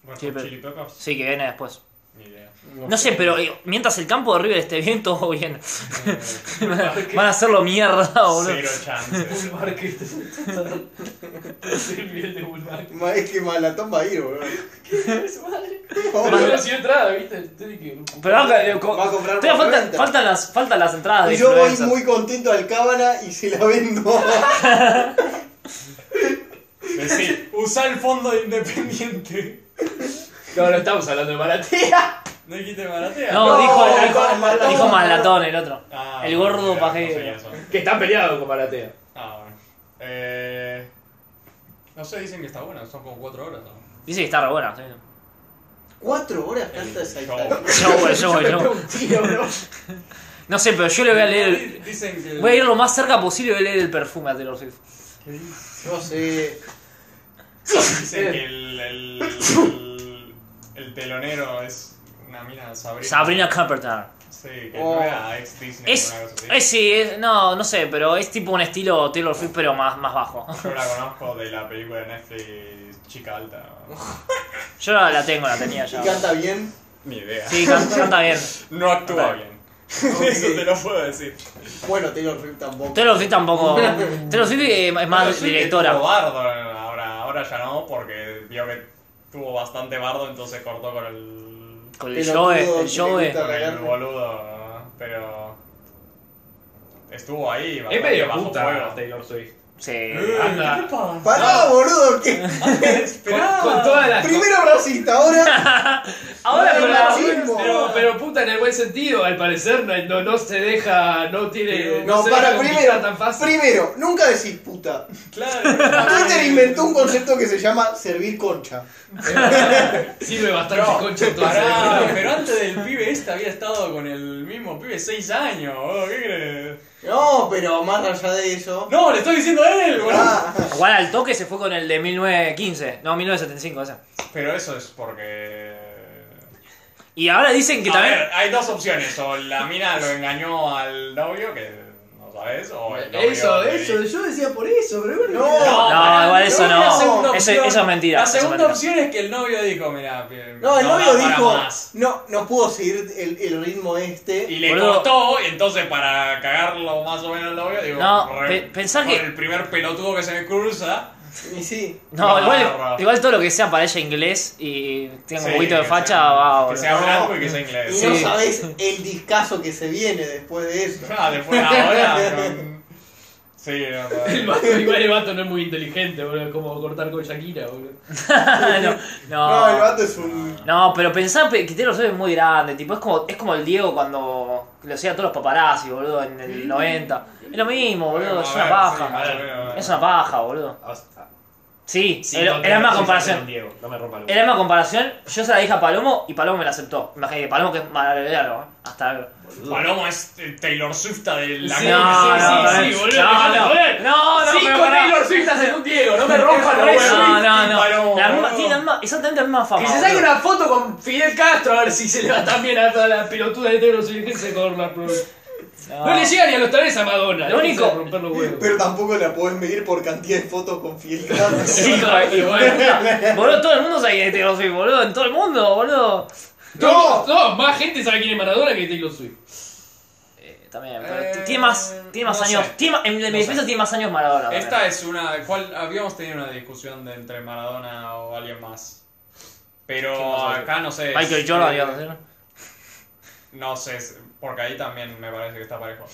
[SPEAKER 1] Red Hot
[SPEAKER 3] Sí, pero-
[SPEAKER 1] Chili Peppers.
[SPEAKER 3] Sí, que viene después.
[SPEAKER 1] Ni idea.
[SPEAKER 3] No sé, pero eh, mientras el campo de River esté bien, todo bien.
[SPEAKER 1] Eh,
[SPEAKER 3] Van a hacerlo mierda, boludo.
[SPEAKER 1] Cero chances.
[SPEAKER 4] Bullmarket. es el miel de Bullmarket.
[SPEAKER 2] Ma- Es que Malatón va a ir, boludo.
[SPEAKER 4] Pero
[SPEAKER 2] Obvio.
[SPEAKER 4] no si entrada, ¿viste? Tiene que-
[SPEAKER 3] Pero acá, eh, co-
[SPEAKER 2] Va a comprar
[SPEAKER 3] todavía
[SPEAKER 2] por
[SPEAKER 3] faltan,
[SPEAKER 2] renta.
[SPEAKER 3] faltan las, faltan las entradas de
[SPEAKER 2] Y yo voy
[SPEAKER 3] influencers.
[SPEAKER 2] muy contento al cábala y se la vendo.
[SPEAKER 1] Decí, usa el fondo de independiente.
[SPEAKER 4] No, no estamos hablando de Maratea.
[SPEAKER 1] No dijiste baratea.
[SPEAKER 3] No, dijo, dijo,
[SPEAKER 2] Malatón.
[SPEAKER 3] dijo Malatón el otro.
[SPEAKER 1] Ah,
[SPEAKER 3] el gordo
[SPEAKER 1] mira,
[SPEAKER 3] pajero.
[SPEAKER 1] no sabía eso.
[SPEAKER 4] Que está peleado con Maratea.
[SPEAKER 1] Ah, bueno. Eh, no sé, dicen que está buena, son como 4 horas. ¿no?
[SPEAKER 3] Dice que está re ¿eh? buena. sí.
[SPEAKER 2] Cuatro horas
[SPEAKER 1] El
[SPEAKER 2] canta esa
[SPEAKER 1] show.
[SPEAKER 2] guitarra.
[SPEAKER 3] Yo voy, yo voy, yo
[SPEAKER 4] Tengo
[SPEAKER 3] voy.
[SPEAKER 4] un tiro, bro.
[SPEAKER 3] No sé, pero yo le voy a leer. el-
[SPEAKER 1] Dicen que.
[SPEAKER 3] Voy a ir lo más cerca posible y voy a leer el perfume a Taylor Swift.
[SPEAKER 2] No sé.
[SPEAKER 1] Dicen que el. El, el, el telonero es una mina Sabrina.
[SPEAKER 3] Sabrina Carpenter.
[SPEAKER 1] Sí, que
[SPEAKER 2] Oh.
[SPEAKER 1] no era ex Disney.
[SPEAKER 3] Es,
[SPEAKER 1] una cosa así.
[SPEAKER 3] es sí, es- no, no sé, pero es tipo un estilo Taylor Swift, pero más, más bajo.
[SPEAKER 1] Yo la conozco de la película de Netflix Chica Alta.
[SPEAKER 3] Yo la, la tengo, la tenía
[SPEAKER 2] Y
[SPEAKER 3] ya.
[SPEAKER 2] canta bien.
[SPEAKER 1] Ni idea.
[SPEAKER 3] Sí, can- canta bien.
[SPEAKER 1] No actúa
[SPEAKER 3] Anda.
[SPEAKER 1] bien. Eso te lo puedo decir.
[SPEAKER 2] Bueno, Taylor Swift tampoco.
[SPEAKER 3] Taylor Swift tampoco. Taylor Swift eh, es
[SPEAKER 1] Pero
[SPEAKER 3] más
[SPEAKER 1] sí que
[SPEAKER 3] directora.
[SPEAKER 1] Tuvo bardo ahora, ahora ya no, porque vio que tuvo bastante bardo, entonces cortó con el.
[SPEAKER 3] Con el
[SPEAKER 2] Pelotudo,
[SPEAKER 3] Joe,
[SPEAKER 2] que
[SPEAKER 3] el
[SPEAKER 2] le
[SPEAKER 3] Joe.
[SPEAKER 2] gusta
[SPEAKER 1] con el
[SPEAKER 2] cagarme.
[SPEAKER 1] boludo. ¿no? Pero. Estuvo ahí,
[SPEAKER 4] Es medio
[SPEAKER 1] bajo
[SPEAKER 4] puta
[SPEAKER 1] fuego.
[SPEAKER 4] Taylor Swift.
[SPEAKER 3] Sí.
[SPEAKER 4] Anda.
[SPEAKER 1] ¿Qué pasa?
[SPEAKER 2] Pará, boludo. que-
[SPEAKER 4] Con,
[SPEAKER 1] Esperá.
[SPEAKER 4] con todas las.
[SPEAKER 2] Primero racista, ahora.
[SPEAKER 4] Ahora con la.
[SPEAKER 2] machismo.
[SPEAKER 4] Pero, pero puta en el buen sentido, al parecer no, no, no se deja, no tiene.
[SPEAKER 2] Eh, No,
[SPEAKER 4] se
[SPEAKER 2] para,
[SPEAKER 4] deja conquistar
[SPEAKER 2] primero.
[SPEAKER 4] tan fácil.
[SPEAKER 2] Primero, nunca decís puta.
[SPEAKER 1] Claro.
[SPEAKER 2] Twitter inventó un concepto que se llama servir concha.
[SPEAKER 4] Sirve bastante
[SPEAKER 1] No,
[SPEAKER 4] concha entonces.
[SPEAKER 1] pará, pero antes del pibe este había estado con el mismo pibe 6 años, boludo, ¿qué crees?
[SPEAKER 2] No, pero más allá de eso.
[SPEAKER 1] No, le estoy diciendo a él, boludo.
[SPEAKER 2] Ah,
[SPEAKER 3] Igual al toque se fue con el de 1915. No, 1975, ese.
[SPEAKER 1] Pero eso es porque.
[SPEAKER 3] Y ahora dicen que
[SPEAKER 1] a
[SPEAKER 3] también.
[SPEAKER 1] ver, hay dos opciones. O la mina lo engañó al novio, que no sabes, o el novio.
[SPEAKER 4] Eso,
[SPEAKER 1] le
[SPEAKER 4] eso,
[SPEAKER 1] dijo-
[SPEAKER 4] yo decía por eso, pero bueno.
[SPEAKER 2] No.
[SPEAKER 1] No, pará,
[SPEAKER 3] igual eso
[SPEAKER 1] la
[SPEAKER 2] no.
[SPEAKER 1] segunda
[SPEAKER 3] Eso-
[SPEAKER 1] opción-
[SPEAKER 3] eso es mentira,
[SPEAKER 1] La
[SPEAKER 3] eso es
[SPEAKER 1] segunda
[SPEAKER 3] mentira.
[SPEAKER 1] opción es que el novio dijo, mira, pibe,
[SPEAKER 2] no, el
[SPEAKER 1] da
[SPEAKER 2] novio
[SPEAKER 1] para
[SPEAKER 2] dijo:
[SPEAKER 1] más".
[SPEAKER 2] No, no puedo seguir el, el ritmo este.
[SPEAKER 1] Y le
[SPEAKER 3] Boludo.
[SPEAKER 1] costó, y entonces para cagarlo más o menos al novio, digo,
[SPEAKER 3] No,
[SPEAKER 1] re-
[SPEAKER 3] pe- pensá
[SPEAKER 1] con
[SPEAKER 3] que-
[SPEAKER 1] el primer pelotudo que se me cruza.
[SPEAKER 2] Y sí.
[SPEAKER 3] No, igual,
[SPEAKER 1] Barra.
[SPEAKER 3] igual todo lo que sea para ella inglés y tenga
[SPEAKER 1] Sí,
[SPEAKER 3] un poquito de
[SPEAKER 1] que
[SPEAKER 3] facha,
[SPEAKER 1] sea-
[SPEAKER 3] va,
[SPEAKER 1] Que
[SPEAKER 3] boludo.
[SPEAKER 1] sea
[SPEAKER 2] No.
[SPEAKER 1] blanco y que sea
[SPEAKER 2] Y
[SPEAKER 1] inglés.
[SPEAKER 2] no
[SPEAKER 3] Sí.
[SPEAKER 2] sabés el discazo que se viene después de eso.
[SPEAKER 1] Ah, después ahora. con- Sí, no,
[SPEAKER 4] El
[SPEAKER 1] para-
[SPEAKER 4] vato, igual el vato no es muy inteligente, boludo. Es como cortar con Shakira, boludo.
[SPEAKER 3] no,
[SPEAKER 2] No, el vato es un.
[SPEAKER 3] No, pero pensá pe- que Taylor Swift es muy grande, tipo, es como, es como el Diego cuando lo hacía a todos los paparazzi, boludo, en el 90. Es lo mismo, boludo,
[SPEAKER 1] Bueno,
[SPEAKER 3] es
[SPEAKER 1] a
[SPEAKER 3] una
[SPEAKER 1] ver,
[SPEAKER 3] paja.
[SPEAKER 1] sí, a ver, a ver.
[SPEAKER 3] Es una paja, boludo.
[SPEAKER 4] Hasta-
[SPEAKER 3] Sí,
[SPEAKER 4] Sí,
[SPEAKER 3] era,
[SPEAKER 4] no te-
[SPEAKER 3] era más
[SPEAKER 4] sí,
[SPEAKER 3] comparación.
[SPEAKER 4] sí, Diego, no me rompa el
[SPEAKER 3] Era más comparación, yo se la dije a Palomo y Palomo me la aceptó. Imagínate, Palomo que es maravilloso, ¿eh? hasta luego.
[SPEAKER 1] Palomo es el Taylor Swift de la
[SPEAKER 4] Sí,
[SPEAKER 3] no,
[SPEAKER 4] sí,
[SPEAKER 3] no,
[SPEAKER 4] sí,
[SPEAKER 3] pero-
[SPEAKER 4] sí, boludo,
[SPEAKER 3] no,
[SPEAKER 4] dejate
[SPEAKER 3] no,
[SPEAKER 4] joder.
[SPEAKER 3] no, no, pero
[SPEAKER 4] Cinco
[SPEAKER 3] pará.
[SPEAKER 4] Taylor Swift hacen un Diego, no me rompa el
[SPEAKER 1] Taylor
[SPEAKER 4] resto.
[SPEAKER 1] Swift.
[SPEAKER 3] No, no, no.
[SPEAKER 1] Palomo,
[SPEAKER 3] La misma-
[SPEAKER 1] boludo.
[SPEAKER 3] tiene la misma- exactamente la misma fama.
[SPEAKER 6] Que se
[SPEAKER 3] boludo.
[SPEAKER 6] saque una foto con Fidel Castro a ver si se le va
[SPEAKER 4] También a toda la pelotuda de Taylor Swift que se corna, bro.
[SPEAKER 3] No.
[SPEAKER 4] No le llega ni a los tres a Madonna.
[SPEAKER 3] Ah. Lo
[SPEAKER 4] le
[SPEAKER 3] único-
[SPEAKER 4] empieza a romper los huevos.
[SPEAKER 2] Pero tampoco la podés medir por cantidad de fotos con Fidel Castro.
[SPEAKER 3] Sí, hijo de-
[SPEAKER 4] Pero bueno,
[SPEAKER 3] Boludo, todo el mundo sabe quién es Taylor Swift, boludo. En todo el mundo, boludo.
[SPEAKER 4] todos- todos, más gente sabe quién es Maradona que Taylor Swift.
[SPEAKER 3] Eh, también, pero t-
[SPEAKER 1] Eh,
[SPEAKER 3] tiene más, tiene más
[SPEAKER 1] no
[SPEAKER 3] años.
[SPEAKER 1] sé.
[SPEAKER 3] Tiene, ma- en mi
[SPEAKER 1] No
[SPEAKER 3] defensa
[SPEAKER 1] sé.
[SPEAKER 3] tiene más años Maradona. también.
[SPEAKER 1] Esta es una. ¿cuál, habíamos tenido una discusión de entre Maradona o alguien más.
[SPEAKER 4] ¿Quién
[SPEAKER 1] Pero
[SPEAKER 4] más?
[SPEAKER 1] acá no sé. es-
[SPEAKER 3] Michael Jordan,
[SPEAKER 1] eh,
[SPEAKER 3] digamos. ¿no?
[SPEAKER 1] No sé, es- porque ahí también me parece que está parejo.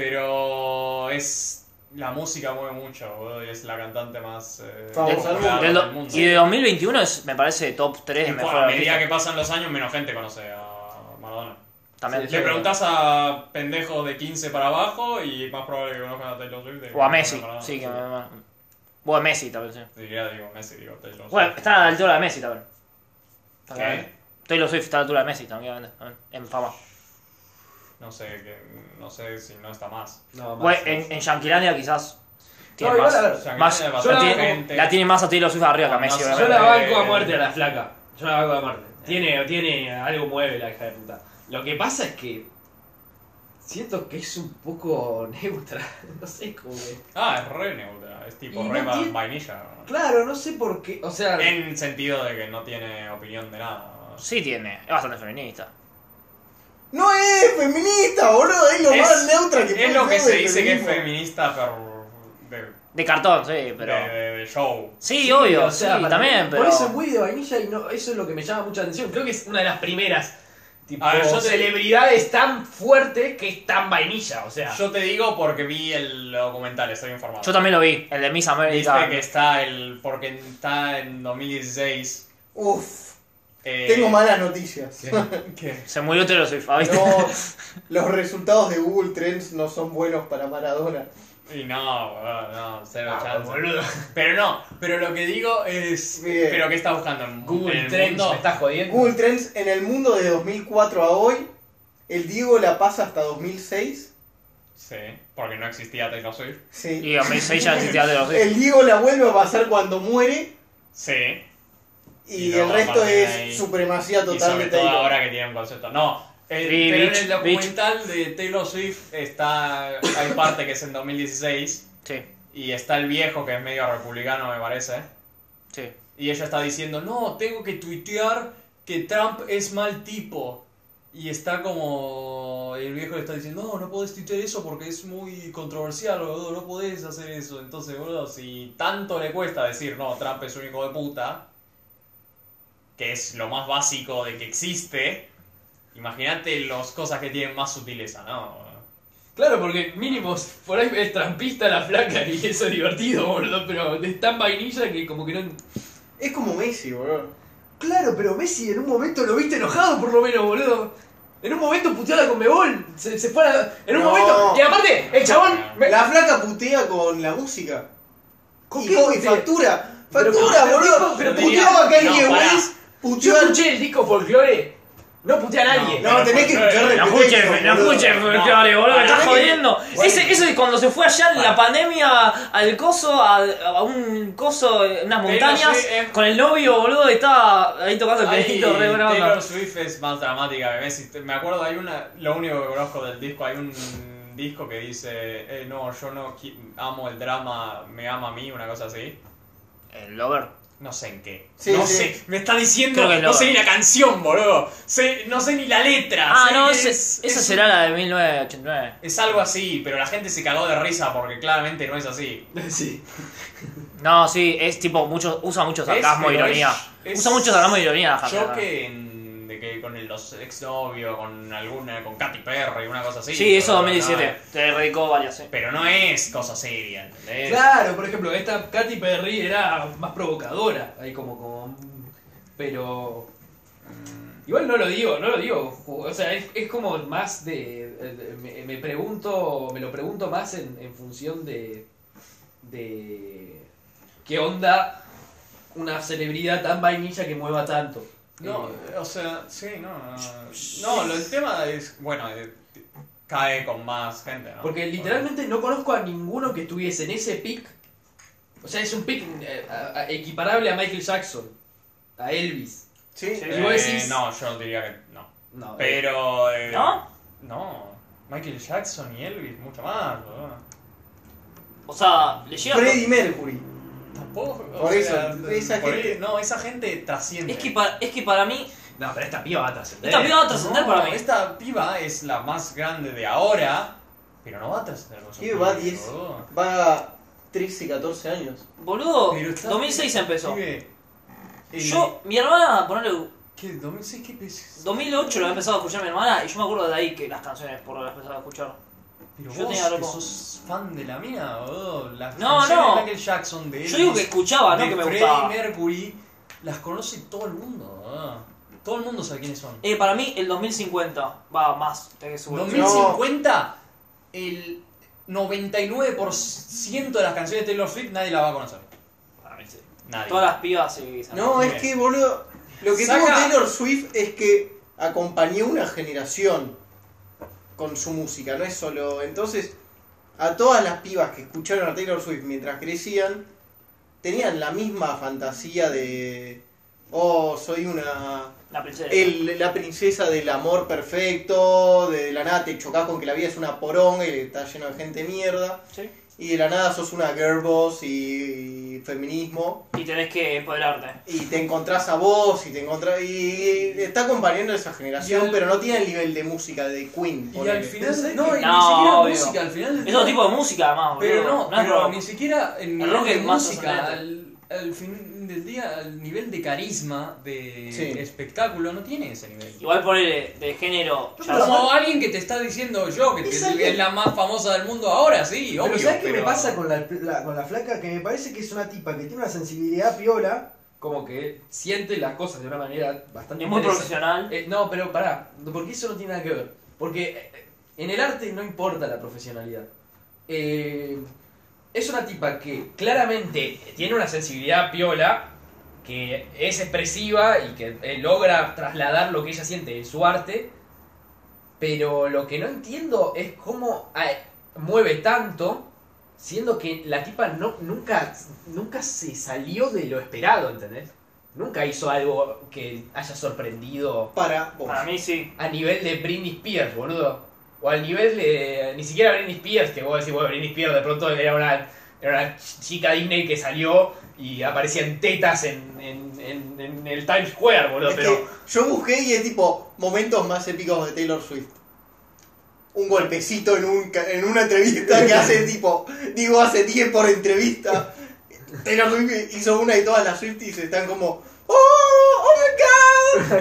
[SPEAKER 1] Pero es. La música mueve mucho, boludo, y es la cantante más. Eh,
[SPEAKER 2] Famosa del
[SPEAKER 1] popular del
[SPEAKER 3] Del do-
[SPEAKER 1] mundo.
[SPEAKER 3] y de 2021 es, me parece top 3
[SPEAKER 1] Y
[SPEAKER 3] de mejor
[SPEAKER 1] cuando- a medida
[SPEAKER 3] artista.
[SPEAKER 1] que pasan los años, menos gente conoce a Maradona.
[SPEAKER 3] También.
[SPEAKER 1] Le preguntás a pendejos de 15 para abajo y más probable que conozcan a Taylor Swift. de que
[SPEAKER 3] O a
[SPEAKER 1] conozcan
[SPEAKER 3] Messi,
[SPEAKER 1] Maradona.
[SPEAKER 3] sí. Que, me- me- o a Messi también, sí.
[SPEAKER 1] Diría, digo, Messi, digo, Taylor Swift.
[SPEAKER 3] Bueno, está a la altura de Messi también.
[SPEAKER 1] ¿Qué?
[SPEAKER 3] Taylor Swift está a la altura de Messi también, obviamente, también, en fama.
[SPEAKER 1] No sé, que- no sé si no está más.
[SPEAKER 4] No, más.
[SPEAKER 3] Bueno, en, en Yanquilandia quizás tiene
[SPEAKER 6] No, igual,
[SPEAKER 3] más.
[SPEAKER 6] a ver,
[SPEAKER 1] O sea, que
[SPEAKER 3] Más-
[SPEAKER 1] tiene
[SPEAKER 4] yo la-
[SPEAKER 1] bastante
[SPEAKER 4] como-
[SPEAKER 1] gente.
[SPEAKER 3] La tiene más a Taylor Swift arriba que a Messi,
[SPEAKER 1] Yo
[SPEAKER 4] Yo
[SPEAKER 3] obviamente.
[SPEAKER 4] la banco a muerte a la flaca. Yo la banco a muerte. Tiene, tiene, algo mueve la hija de puta. Lo que pasa es que siento que es un poco neutra. No sé cómo que...
[SPEAKER 1] Ah, es re neutra, es tipo
[SPEAKER 4] Y
[SPEAKER 1] re
[SPEAKER 4] no
[SPEAKER 1] va-
[SPEAKER 4] tiene-
[SPEAKER 1] vainilla.
[SPEAKER 4] Claro, no sé por qué. O sea,
[SPEAKER 1] En el sentido de que no tiene opinión de nada.
[SPEAKER 3] Sí tiene, es bastante feminista.
[SPEAKER 2] No es feminista, boludo, es lo
[SPEAKER 1] Es-
[SPEAKER 2] más neutra que
[SPEAKER 1] Es lo que
[SPEAKER 2] ser
[SPEAKER 1] se
[SPEAKER 2] del
[SPEAKER 1] dice que es
[SPEAKER 2] feminismo.
[SPEAKER 1] feminista, pero. de,
[SPEAKER 3] De cartón, sí, pero...
[SPEAKER 1] de- de- de show.
[SPEAKER 3] Sí, obvio,
[SPEAKER 4] o sea,
[SPEAKER 3] sí,
[SPEAKER 4] para-
[SPEAKER 3] también, pero...
[SPEAKER 4] Por eso es muy de vainilla y no, eso es lo que me llama mucha atención. Creo que es una de las primeras tipo,
[SPEAKER 1] A ver, yo te-
[SPEAKER 4] celebridades tan fuertes que es tan vainilla. O sea,
[SPEAKER 1] Yo te digo porque vi el documental, estoy informado.
[SPEAKER 3] Yo también lo vi, el de Miss America.
[SPEAKER 1] Viste que está el. Porque está en 2016.
[SPEAKER 2] Uf,
[SPEAKER 1] eh,
[SPEAKER 2] tengo malas noticias.
[SPEAKER 1] que-
[SPEAKER 3] Se murió Taylor Swift, ¿viste?
[SPEAKER 2] No, los resultados de Google Trends no son buenos para Maradona.
[SPEAKER 1] Y no, boludo, no, cero
[SPEAKER 4] Ah,
[SPEAKER 1] chance.
[SPEAKER 4] boludo.
[SPEAKER 1] Pero no, pero lo que digo es.
[SPEAKER 2] Bien.
[SPEAKER 1] ¿Pero qué está buscando en en
[SPEAKER 4] Google
[SPEAKER 1] el
[SPEAKER 4] Trends
[SPEAKER 1] mundo?
[SPEAKER 4] me está jodiendo.
[SPEAKER 2] Google Trends en el mundo de 2004 a hoy, el Diego la pasa hasta 2006.
[SPEAKER 1] Sí, porque no existía Taylor Swift.
[SPEAKER 2] Sí.
[SPEAKER 3] Y a Miss Ella existía Taylor Swift.
[SPEAKER 2] El Diego la vuelve a pasar cuando muere
[SPEAKER 1] Sí.
[SPEAKER 2] y,
[SPEAKER 1] Y no,
[SPEAKER 2] el resto
[SPEAKER 1] aparte
[SPEAKER 2] es
[SPEAKER 1] ahí.
[SPEAKER 2] supremacía
[SPEAKER 1] y
[SPEAKER 2] total
[SPEAKER 1] sobre
[SPEAKER 2] de
[SPEAKER 1] todo
[SPEAKER 2] Taylor.
[SPEAKER 1] ahora que tiene un concepto. No, el,
[SPEAKER 3] Sí,
[SPEAKER 1] pero
[SPEAKER 3] bitch,
[SPEAKER 1] en el documental de Taylor Swift está, hay parte que es en 2016
[SPEAKER 3] Sí,
[SPEAKER 1] y está el viejo que es medio republicano me parece.
[SPEAKER 3] sí.
[SPEAKER 1] Y ella está diciendo, no, tengo que tuitear que Trump es mal tipo. Y está como... El viejo le está diciendo, no, no podés tuitear eso porque es muy controversial, boludo, no podés hacer eso. Entonces, boludo, si tanto le cuesta decir, no, Trump es un hijo de puta, que es lo más básico de que existe, imagínate las cosas que tienen más sutileza, ¿no?
[SPEAKER 4] Claro, porque mínimo por ahí es trampista la flaca y eso es divertido, boludo. Pero es tan vainilla que como que no.
[SPEAKER 2] Es como Messi, boludo.
[SPEAKER 4] Claro, pero Messi en un momento lo viste enojado por lo menos, boludo. En un momento puteada con Mebol. Se, se fue a la- En un
[SPEAKER 2] No.
[SPEAKER 4] momento. Y aparte, el chabón. me-
[SPEAKER 2] La flaca putea con la música.
[SPEAKER 4] ¿Con
[SPEAKER 2] y,
[SPEAKER 4] qué
[SPEAKER 2] co- y
[SPEAKER 4] putea?
[SPEAKER 2] factura.
[SPEAKER 4] Pero-
[SPEAKER 2] Factura,
[SPEAKER 4] pero-
[SPEAKER 2] boludo.
[SPEAKER 4] pero-
[SPEAKER 1] pero-
[SPEAKER 2] puteó a Kanye
[SPEAKER 1] No, pará.
[SPEAKER 2] West.
[SPEAKER 4] Yo
[SPEAKER 2] Puteó a...
[SPEAKER 4] escuché el disco folclore. No putea a nadie.
[SPEAKER 2] No, tenés que escuchar
[SPEAKER 3] No
[SPEAKER 2] repetition,
[SPEAKER 3] escuchen, no
[SPEAKER 2] boludo.
[SPEAKER 3] escuchen,
[SPEAKER 1] No.
[SPEAKER 3] Flores, boludo, me
[SPEAKER 1] Para
[SPEAKER 3] estás
[SPEAKER 2] mí-
[SPEAKER 3] jodiendo.
[SPEAKER 2] Bueno.
[SPEAKER 3] Ese, ese es cuando se fue allá en la
[SPEAKER 1] Bueno.
[SPEAKER 3] pandemia al coso, a, a un coso, en unas
[SPEAKER 1] Pero
[SPEAKER 3] montañas,
[SPEAKER 1] sí, es-
[SPEAKER 3] con el novio, boludo, y estaba ahí tocando el
[SPEAKER 1] Ay,
[SPEAKER 3] pianito, re buena onda.
[SPEAKER 1] Taylor Swift es más dramática que Messi. Te- Me acuerdo, hay una. Lo único que conozco del disco, hay un disco que dice: eh, No, yo no qui- amo el drama, me ama a mí, una cosa así.
[SPEAKER 3] El lover.
[SPEAKER 1] No sé en qué.
[SPEAKER 2] Sí,
[SPEAKER 1] no
[SPEAKER 2] sí.
[SPEAKER 1] sé. Me está diciendo.
[SPEAKER 3] Creo que
[SPEAKER 1] No
[SPEAKER 3] no.
[SPEAKER 1] sé ni la canción, boludo. Sé- no sé ni la letra.
[SPEAKER 3] Ah,
[SPEAKER 1] Sé
[SPEAKER 3] no,
[SPEAKER 1] que
[SPEAKER 3] ese-
[SPEAKER 1] es-
[SPEAKER 3] esa
[SPEAKER 1] es-
[SPEAKER 3] será la de 1989.
[SPEAKER 1] Es algo así, pero la gente se cagó de risa porque claramente no es así.
[SPEAKER 4] Sí.
[SPEAKER 7] No, sí, es tipo, mucho, usa mucho sarcasmo e
[SPEAKER 1] pero
[SPEAKER 7] ironía.
[SPEAKER 1] es-
[SPEAKER 7] usa mucho sarcasmo e ironía la
[SPEAKER 1] Yo
[SPEAKER 7] Hunter.
[SPEAKER 1] que, en- de que con el- los exnovios, con alguna, con Katy Perry, una cosa así.
[SPEAKER 7] Sí, eso
[SPEAKER 1] pero
[SPEAKER 7] 2017.
[SPEAKER 1] no-
[SPEAKER 7] Te dedicó varias,
[SPEAKER 3] eh.
[SPEAKER 7] sí.
[SPEAKER 1] pero no es cosa seria, ¿entendés?
[SPEAKER 4] Claro, por ejemplo, esta Katy Perry era más provocadora. Ahí como, como. Pero. Igual no lo digo, no lo digo. ju- O sea, es, es como más de. de- Me, me pregunto. Me lo pregunto más en, en función de. de. qué onda una celebridad tan vainilla que mueva tanto.
[SPEAKER 1] No,
[SPEAKER 4] Eh,
[SPEAKER 1] o sea, sí, no. no, No, lo- el tema es, bueno, eh, cae con más gente, ¿no?
[SPEAKER 4] Porque literalmente no conozco a ninguno que estuviese en ese pick. O sea, es un pick eh, a- a- equiparable a Michael Jackson, a Elvis.
[SPEAKER 2] Sí.
[SPEAKER 1] Eh,
[SPEAKER 4] y vos decís-
[SPEAKER 1] No, yo diría que no.
[SPEAKER 4] No, eh,
[SPEAKER 1] Pero... eh,
[SPEAKER 7] ¿No?
[SPEAKER 1] No. Michael Jackson y Elvis, mucho más, boludo.
[SPEAKER 3] O sea, le llega.
[SPEAKER 2] Freddie Mercury.
[SPEAKER 1] Tampoco. o
[SPEAKER 2] Por eso,
[SPEAKER 1] sea,
[SPEAKER 2] esa
[SPEAKER 1] por
[SPEAKER 2] gente-
[SPEAKER 1] ahí- no, esa gente trasciende.
[SPEAKER 3] Es que, pa- es que para mí.
[SPEAKER 4] eh, no, pero esta piba va a trascender.
[SPEAKER 3] Esta piba va a trascender
[SPEAKER 1] No,
[SPEAKER 3] para mí.
[SPEAKER 1] Esta piba es la más grande de ahora, pero no va a trascender con su
[SPEAKER 2] Pibe, va
[SPEAKER 1] pibe,
[SPEAKER 2] 10.
[SPEAKER 1] boludo.
[SPEAKER 2] Va a 13, 14 años.
[SPEAKER 3] Boludo,
[SPEAKER 1] Pero está-
[SPEAKER 3] 2006 empezó.
[SPEAKER 1] Pibe, eh,
[SPEAKER 3] Yo, mi hermana, ponele.
[SPEAKER 1] ¿Qué? ¿2006 qué pes-
[SPEAKER 3] 2008 lo he empezado a escuchar mi hermana y yo me acuerdo de ahí que las canciones por las empezaba a escuchar.
[SPEAKER 1] Pero
[SPEAKER 3] Yo
[SPEAKER 1] vos
[SPEAKER 3] tenía algo
[SPEAKER 1] que
[SPEAKER 3] como-
[SPEAKER 1] sos fan de la mina, boludo. Las
[SPEAKER 3] No,
[SPEAKER 1] canciones
[SPEAKER 3] no.
[SPEAKER 1] de Michael Jackson, de Elvis,
[SPEAKER 3] Yo digo que escuchaba, no
[SPEAKER 1] de
[SPEAKER 3] que me
[SPEAKER 1] Freddie
[SPEAKER 3] gustaba.
[SPEAKER 1] Mercury, las conoce todo el mundo, boludo. Todo el mundo sabe quiénes son.
[SPEAKER 3] Eh, para mí, el 2050 va más. Te que subir.
[SPEAKER 1] 2050, el 99% de las canciones de Taylor Swift nadie la va a conocer.
[SPEAKER 3] Para mí, sí.
[SPEAKER 1] Nadie.
[SPEAKER 3] Todas las pibas sí. se
[SPEAKER 2] No,
[SPEAKER 1] bien.
[SPEAKER 2] es que, boludo. Lo que
[SPEAKER 1] Saca-
[SPEAKER 2] tuvo Taylor Swift es que acompañó una generación con su música, no es solo. Entonces, a todas las pibas que escucharon a Taylor Swift mientras crecían, tenían la misma fantasía de. Oh, soy una.
[SPEAKER 3] La princesa.
[SPEAKER 2] el- la princesa del amor perfecto, de la nada te chocás con que la vida es una poronga y está lleno de gente mierda,
[SPEAKER 3] Sí.
[SPEAKER 2] y de la nada sos una girl boss y, y feminismo,
[SPEAKER 3] Y tenés que empoderarte.
[SPEAKER 2] y te encontrás a vos, y te encontrás... Y, y está acompañando a esa generación,
[SPEAKER 1] Y al-
[SPEAKER 2] pero no tiene el nivel de música de Queen.
[SPEAKER 1] Y
[SPEAKER 2] ponele.
[SPEAKER 1] al final,
[SPEAKER 4] No,
[SPEAKER 1] no, y ni
[SPEAKER 3] no,
[SPEAKER 1] siquiera
[SPEAKER 3] obvio.
[SPEAKER 1] música, al final.
[SPEAKER 3] Es otro tipo de música, además, boludo.
[SPEAKER 1] Pero no,
[SPEAKER 3] es
[SPEAKER 1] pero
[SPEAKER 3] rock.
[SPEAKER 1] ni siquiera en
[SPEAKER 3] El
[SPEAKER 1] nivel
[SPEAKER 3] rock
[SPEAKER 1] de
[SPEAKER 3] es más
[SPEAKER 1] música,
[SPEAKER 3] resonante.
[SPEAKER 1] al, al fin del día, al nivel de carisma, de
[SPEAKER 2] Sí.
[SPEAKER 1] espectáculo, no tiene ese nivel.
[SPEAKER 3] Igual ponele de género. ya
[SPEAKER 1] Como alguien que te está diciendo yo, que te-
[SPEAKER 8] Es
[SPEAKER 1] es,
[SPEAKER 8] alguien-
[SPEAKER 1] la más famosa del mundo ahora, sí,
[SPEAKER 8] Pero
[SPEAKER 1] obvio.
[SPEAKER 8] ¿sabes qué me
[SPEAKER 1] pero-
[SPEAKER 8] pasa con la, la- con la flaca? Que me parece que es una tipa que tiene una sensibilidad piola.
[SPEAKER 4] Como que siente las cosas de una manera bastante
[SPEAKER 3] es muy
[SPEAKER 4] interesante.
[SPEAKER 3] profesional.
[SPEAKER 4] Eh, no, pero pará, porque eso no tiene nada que ver. Porque eh, en el arte no importa la profesionalidad. Eh, es una tipa que claramente tiene una sensibilidad piola, que es expresiva y que eh, logra trasladar lo que ella siente en su arte. Pero lo que no entiendo es cómo eh, mueve tanto, siendo que la tipa no, nunca, nunca se salió de lo esperado, ¿entendés? Nunca hizo algo que haya sorprendido
[SPEAKER 2] Para vos.
[SPEAKER 3] Para mí sí.
[SPEAKER 4] a nivel de Britney Spears, boludo. O al nivel de. Ni siquiera Britney Spears, que vos decís, bueno, Britney Spears de pronto era una, era una ch- chica Disney que salió y aparecían tetas en, en, en- en el Times Square, boludo.
[SPEAKER 2] Es que
[SPEAKER 4] Pero.
[SPEAKER 2] yo busqué y es tipo momentos más épicos de Taylor Swift. Un golpecito en, un, ca- en una entrevista que hace tipo, digo, hace 10 por entrevista. Taylor Swift hizo una y todas las Swifties están como, oh, oh my god,